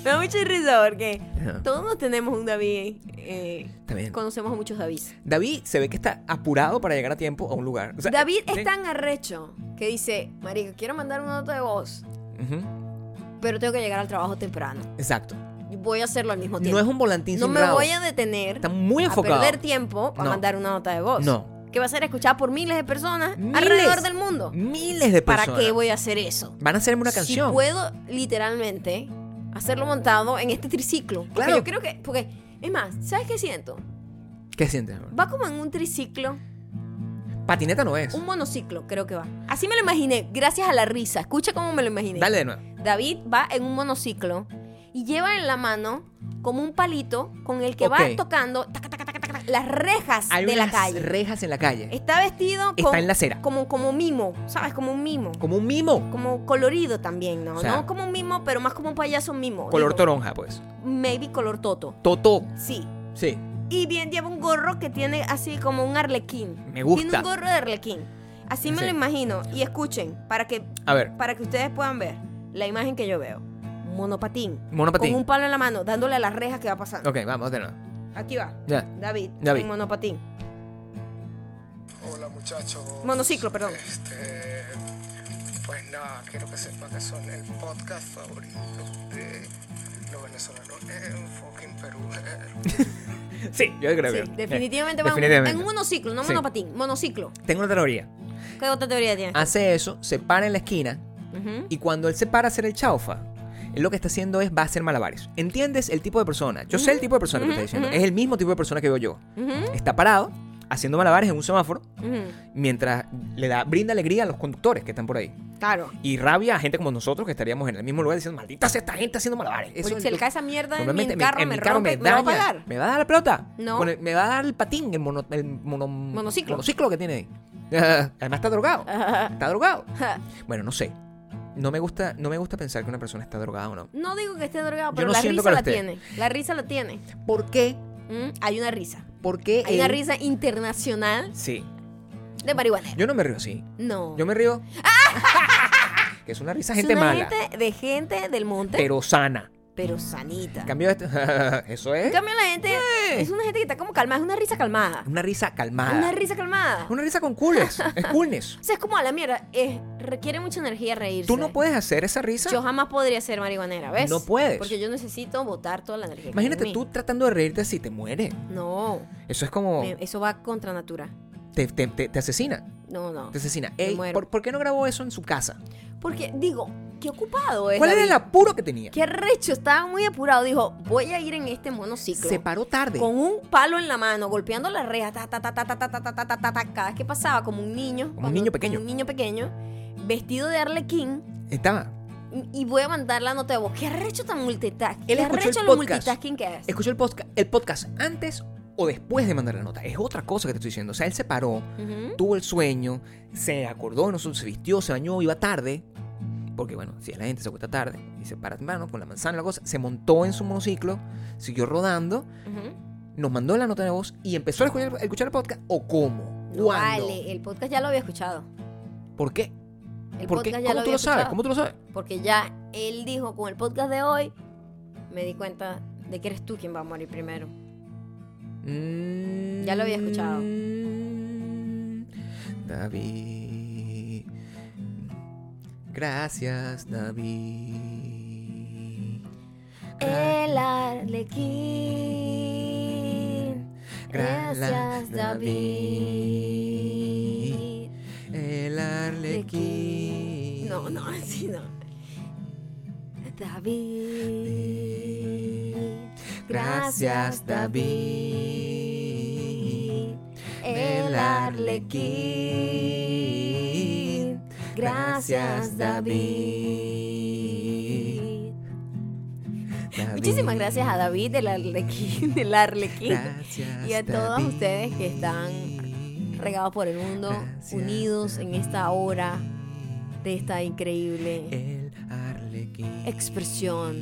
Speaker 1: Me da mucha risa porque
Speaker 2: Ajá.
Speaker 1: todos nos tenemos un David. eh,
Speaker 2: Está bien.
Speaker 1: conocemos a muchos David.
Speaker 2: David se ve que está apurado para llegar a tiempo a un lugar. O sea,
Speaker 1: David
Speaker 2: sí.
Speaker 1: es tan arrecho que dice, marica, quiero mandar una nota de voz,
Speaker 2: Ujú,
Speaker 1: pero tengo que llegar al trabajo temprano.
Speaker 2: Exacto.
Speaker 1: Y voy a hacerlo al mismo tiempo.
Speaker 2: No es un volantín
Speaker 1: No
Speaker 2: sin
Speaker 1: me
Speaker 2: bravos.
Speaker 1: voy a detener
Speaker 2: Está muy enfocado.
Speaker 1: a perder tiempo a
Speaker 2: No.
Speaker 1: mandar una nota de voz.
Speaker 2: No.
Speaker 1: Que va a ser escuchada por miles de personas
Speaker 2: Miles,
Speaker 1: alrededor del mundo.
Speaker 2: Miles de
Speaker 1: ¿Para
Speaker 2: personas.
Speaker 1: qué voy a hacer eso?
Speaker 2: Van a hacerme una canción.
Speaker 1: Si puedo literalmente hacerlo montado en este triciclo. Porque
Speaker 2: Claro.
Speaker 1: yo creo que. Porque, es más, ¿sabes qué siento?
Speaker 2: ¿Qué sientes? Albert?
Speaker 1: Va como en un triciclo.
Speaker 2: Patineta no es.
Speaker 1: Un monociclo, creo que va. Así me lo imaginé, gracias a la risa. Escucha cómo me lo imaginé.
Speaker 2: Dale de nuevo.
Speaker 1: David va en un monociclo y lleva en la mano como un palito con el que
Speaker 2: Ok.
Speaker 1: va tocando taca, taca, taca, taca, taca, las rejas
Speaker 2: Hay
Speaker 1: de la
Speaker 2: unas
Speaker 1: calle.
Speaker 2: rejas en la calle.
Speaker 1: Está vestido
Speaker 2: Está en la acera.
Speaker 1: como como mimo, ¿sabes? Como un mimo.
Speaker 2: Como un mimo.
Speaker 1: Como colorido también, ¿no?
Speaker 2: O sea,
Speaker 1: no como un mimo, pero más como un payaso mimo.
Speaker 2: Color
Speaker 1: Digo,
Speaker 2: toronja, pues.
Speaker 1: Maybe color toto.
Speaker 2: Toto.
Speaker 1: Sí.
Speaker 2: Sí.
Speaker 1: Y bien lleva un gorro que tiene así como un arlequín.
Speaker 2: Me gusta.
Speaker 1: Tiene un gorro de arlequín. Así me
Speaker 2: Sí.
Speaker 1: lo imagino. Y escuchen, para que,
Speaker 2: A ver.
Speaker 1: para que ustedes puedan ver la imagen que yo veo. Un Monopatín.
Speaker 2: Monopatín.
Speaker 1: Con un palo en la mano, dándole a las rejas que va pasando.
Speaker 2: Ok, vamos de nuevo.
Speaker 1: Aquí va.
Speaker 2: Ya.
Speaker 1: David.
Speaker 2: David.
Speaker 1: en monopatín.
Speaker 3: Hola muchachos.
Speaker 1: Monociclo, perdón.
Speaker 3: Este, pues nada, quiero que sepan que son el podcast favorito de los venezolanos en fucking Perú.
Speaker 2: Sí, yo creo
Speaker 1: Sí,
Speaker 2: que.
Speaker 1: definitivamente,
Speaker 2: Eh,
Speaker 1: va en un-
Speaker 2: definitivamente.
Speaker 1: en un monociclo, no
Speaker 2: Sí.
Speaker 1: monopatín, monociclo.
Speaker 2: Tengo una teoría.
Speaker 1: ¿Qué otra teoría tienes?
Speaker 2: Hace eso, se para en la esquina
Speaker 1: Ujú.
Speaker 2: y cuando él se para a hacer el chaufa, él lo que está haciendo es va a hacer malabares. ¿Entiendes el tipo de persona? Yo sé el tipo de persona que
Speaker 1: ujú,
Speaker 2: está diciendo.
Speaker 1: ujú.
Speaker 2: Es el mismo tipo de persona que veo yo.
Speaker 1: Ujú,
Speaker 2: Está parado haciendo malabares en un semáforo
Speaker 1: ujú.
Speaker 2: mientras le da brinda alegría a los conductores que están por ahí.
Speaker 1: Claro.
Speaker 2: Y rabia a gente como nosotros que estaríamos en el mismo lugar diciendo, maldita sea esta gente haciendo malabares. Eso
Speaker 1: Porque
Speaker 2: es
Speaker 1: si le
Speaker 2: lo-
Speaker 1: cae esa mierda en mi
Speaker 2: Normalmente
Speaker 1: carro, me, rompe, me, va a pagar.
Speaker 2: ¿Me va a dar la pelota?
Speaker 1: No.
Speaker 2: Con el- me va a dar el patín, el, mono- el mono-
Speaker 1: Monociclo.
Speaker 2: que tiene ahí. Además está drogado. está drogado. bueno, no sé. No me gusta, no me gusta pensar que una persona está drogada o no.
Speaker 1: No digo que esté drogado,
Speaker 2: Yo
Speaker 1: pero
Speaker 2: no
Speaker 1: la
Speaker 2: siento
Speaker 1: risa
Speaker 2: que lo
Speaker 1: la
Speaker 2: esté.
Speaker 1: tiene. La risa la tiene.
Speaker 2: ¿Por qué?
Speaker 1: Mm, Hay una risa.
Speaker 2: ¿Por qué?
Speaker 1: Hay una
Speaker 2: él-
Speaker 1: risa internacional
Speaker 2: Sí.
Speaker 1: de marihuana.
Speaker 2: Yo no me río así.
Speaker 1: No.
Speaker 2: Yo me río. que es una risa
Speaker 1: Es
Speaker 2: gente
Speaker 1: una
Speaker 2: mala.
Speaker 1: gente de gente del monte, pero,
Speaker 2: Pero sana.
Speaker 1: sanita.
Speaker 2: En cambio, esto- eso
Speaker 1: En
Speaker 2: es
Speaker 1: cambio, la gente es una gente que está como calmada, es una risa calmada.
Speaker 2: una risa calmada.
Speaker 1: Una risa calmada.
Speaker 2: Una risa con coolness. Es coolness.
Speaker 1: O sea, es como a la mierda. eh, requiere mucha energía reírse.
Speaker 2: Tú no puedes hacer esa risa.
Speaker 1: Yo jamás podría ser marihuanera, ¿ves?
Speaker 2: No puedes.
Speaker 1: Porque yo necesito botar toda la energía. que hay
Speaker 2: Imagínate
Speaker 1: en
Speaker 2: tú
Speaker 1: mí.
Speaker 2: tratando de reírte así, te muere.
Speaker 1: No.
Speaker 2: Eso es como.
Speaker 1: me- eso va contra natura.
Speaker 2: Te, te- te- te asesina.
Speaker 1: No, no.
Speaker 2: Te asesina.
Speaker 1: Me
Speaker 2: Ey,
Speaker 1: muero.
Speaker 2: ¿por, por qué no grabó eso en su casa?
Speaker 1: Porque, digo, qué ocupado es.
Speaker 2: ¿Cuál era
Speaker 1: David.
Speaker 2: el apuro que tenía?
Speaker 1: Qué recho, estaba muy apurado. Dijo, voy a ir en este monociclo.
Speaker 2: Se paró tarde.
Speaker 1: Con un palo en la mano, golpeando la reja, ta, ta, ta, ta, ta, ta, ta, ta, ta, ta, ta, ta, cada vez que pasaba, como un niño.
Speaker 2: un niño pequeño.
Speaker 1: un niño pequeño, vestido de arlequín.
Speaker 2: Estaba.
Speaker 1: Y voy a mandar la nota de voz. Qué recho tan multitasking.
Speaker 2: Él
Speaker 1: Qué
Speaker 2: escuchó
Speaker 1: recho
Speaker 2: el
Speaker 1: lo
Speaker 2: podcast.
Speaker 1: multitasking que es.
Speaker 2: Escuchó el, podcast el podcast antes o después de mandar la nota. Es otra cosa que te estoy diciendo. O sea, él se paró,
Speaker 1: Ujú.
Speaker 2: tuvo el sueño, se acordó de nosotros, se vistió, se bañó, iba tarde. Porque bueno, si la gente se acuesta tarde y se para temprano con la manzana, la cosa, se montó en su monociclo, siguió rodando,
Speaker 1: Ujú.
Speaker 2: nos mandó la nota de voz y empezó a escuchar, a escuchar el podcast. ¿O cómo?
Speaker 1: No,
Speaker 2: ¿Cuándo?
Speaker 1: vale, el podcast ya lo había escuchado.
Speaker 2: ¿Por qué?
Speaker 1: El
Speaker 2: ¿Por qué?
Speaker 1: podcast ya
Speaker 2: ¿Cómo
Speaker 1: lo
Speaker 2: tú
Speaker 1: había
Speaker 2: lo sabes?
Speaker 1: escuchado.
Speaker 2: ¿Cómo tú lo sabes?
Speaker 1: Porque ya él dijo con el podcast de hoy, me di cuenta de que eres tú quien va a morir primero.
Speaker 2: Mm.
Speaker 1: Ya lo había escuchado.
Speaker 2: Mm. David. Gracias, David. Gra-
Speaker 1: El arlequín. Eh, Gracias, David.
Speaker 2: El arlequín.
Speaker 1: No, no, así no. David.
Speaker 2: Gracias, David.
Speaker 1: David. El arlequín. Gracias, David. Muchísimas
Speaker 2: David.
Speaker 1: gracias a David del Arlequín, del Arlequín
Speaker 2: Gracias,
Speaker 1: y a todos
Speaker 2: David.
Speaker 1: ustedes que están regados por el mundo,
Speaker 2: Gracias,
Speaker 1: unidos en esta hora de esta increíble
Speaker 2: El arlequín.
Speaker 1: expresión.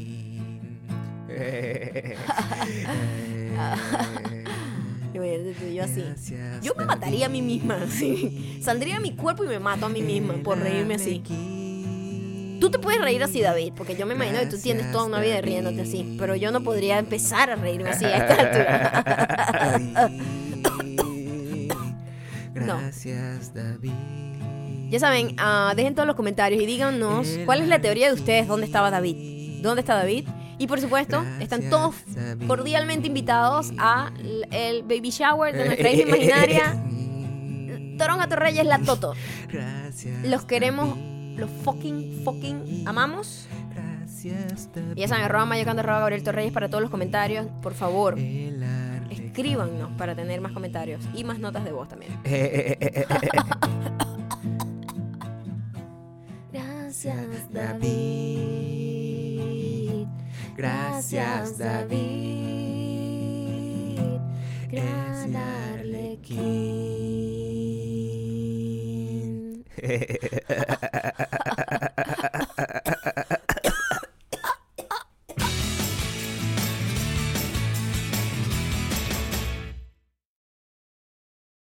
Speaker 2: Eh.
Speaker 1: Imagínate tú y Yo así.
Speaker 2: Gracias,
Speaker 1: Yo me mataría a mí misma, sí. Saldría de mi cuerpo y me mato a mí misma por reírme así.
Speaker 2: arlequín.
Speaker 1: Tú te puedes reír así, David, porque yo me imagino que tú tienes
Speaker 2: Gracias,
Speaker 1: toda una vida
Speaker 2: David.
Speaker 1: riéndote así, pero yo no podría empezar a reírme así a esta altura.
Speaker 2: David.
Speaker 1: No.
Speaker 2: Gracias, David.
Speaker 1: Ya saben, ah, dejen todos los comentarios y díganos cuál es la teoría de ustedes, dónde estaba David, dónde está David. Y por supuesto, están todos
Speaker 2: David.
Speaker 1: cordialmente invitados a l- el baby shower de nuestra hija imaginaria. Toronja Torreyes La Toto.
Speaker 2: Gracias.
Speaker 1: Los queremos, los fucking, fucking amamos.
Speaker 2: Gracias,
Speaker 1: Y
Speaker 2: David.
Speaker 1: Ya saben, arroba mayocando, arroba Gabriel Torreyes para todos los comentarios. Por favor,
Speaker 2: El arlequín.
Speaker 1: escríbanos para tener más comentarios y más notas de voz también.
Speaker 2: Eh, eh, eh, eh, eh, eh.
Speaker 1: Gracias,
Speaker 2: David. Gracias,
Speaker 1: David.
Speaker 2: Gran Arlequín.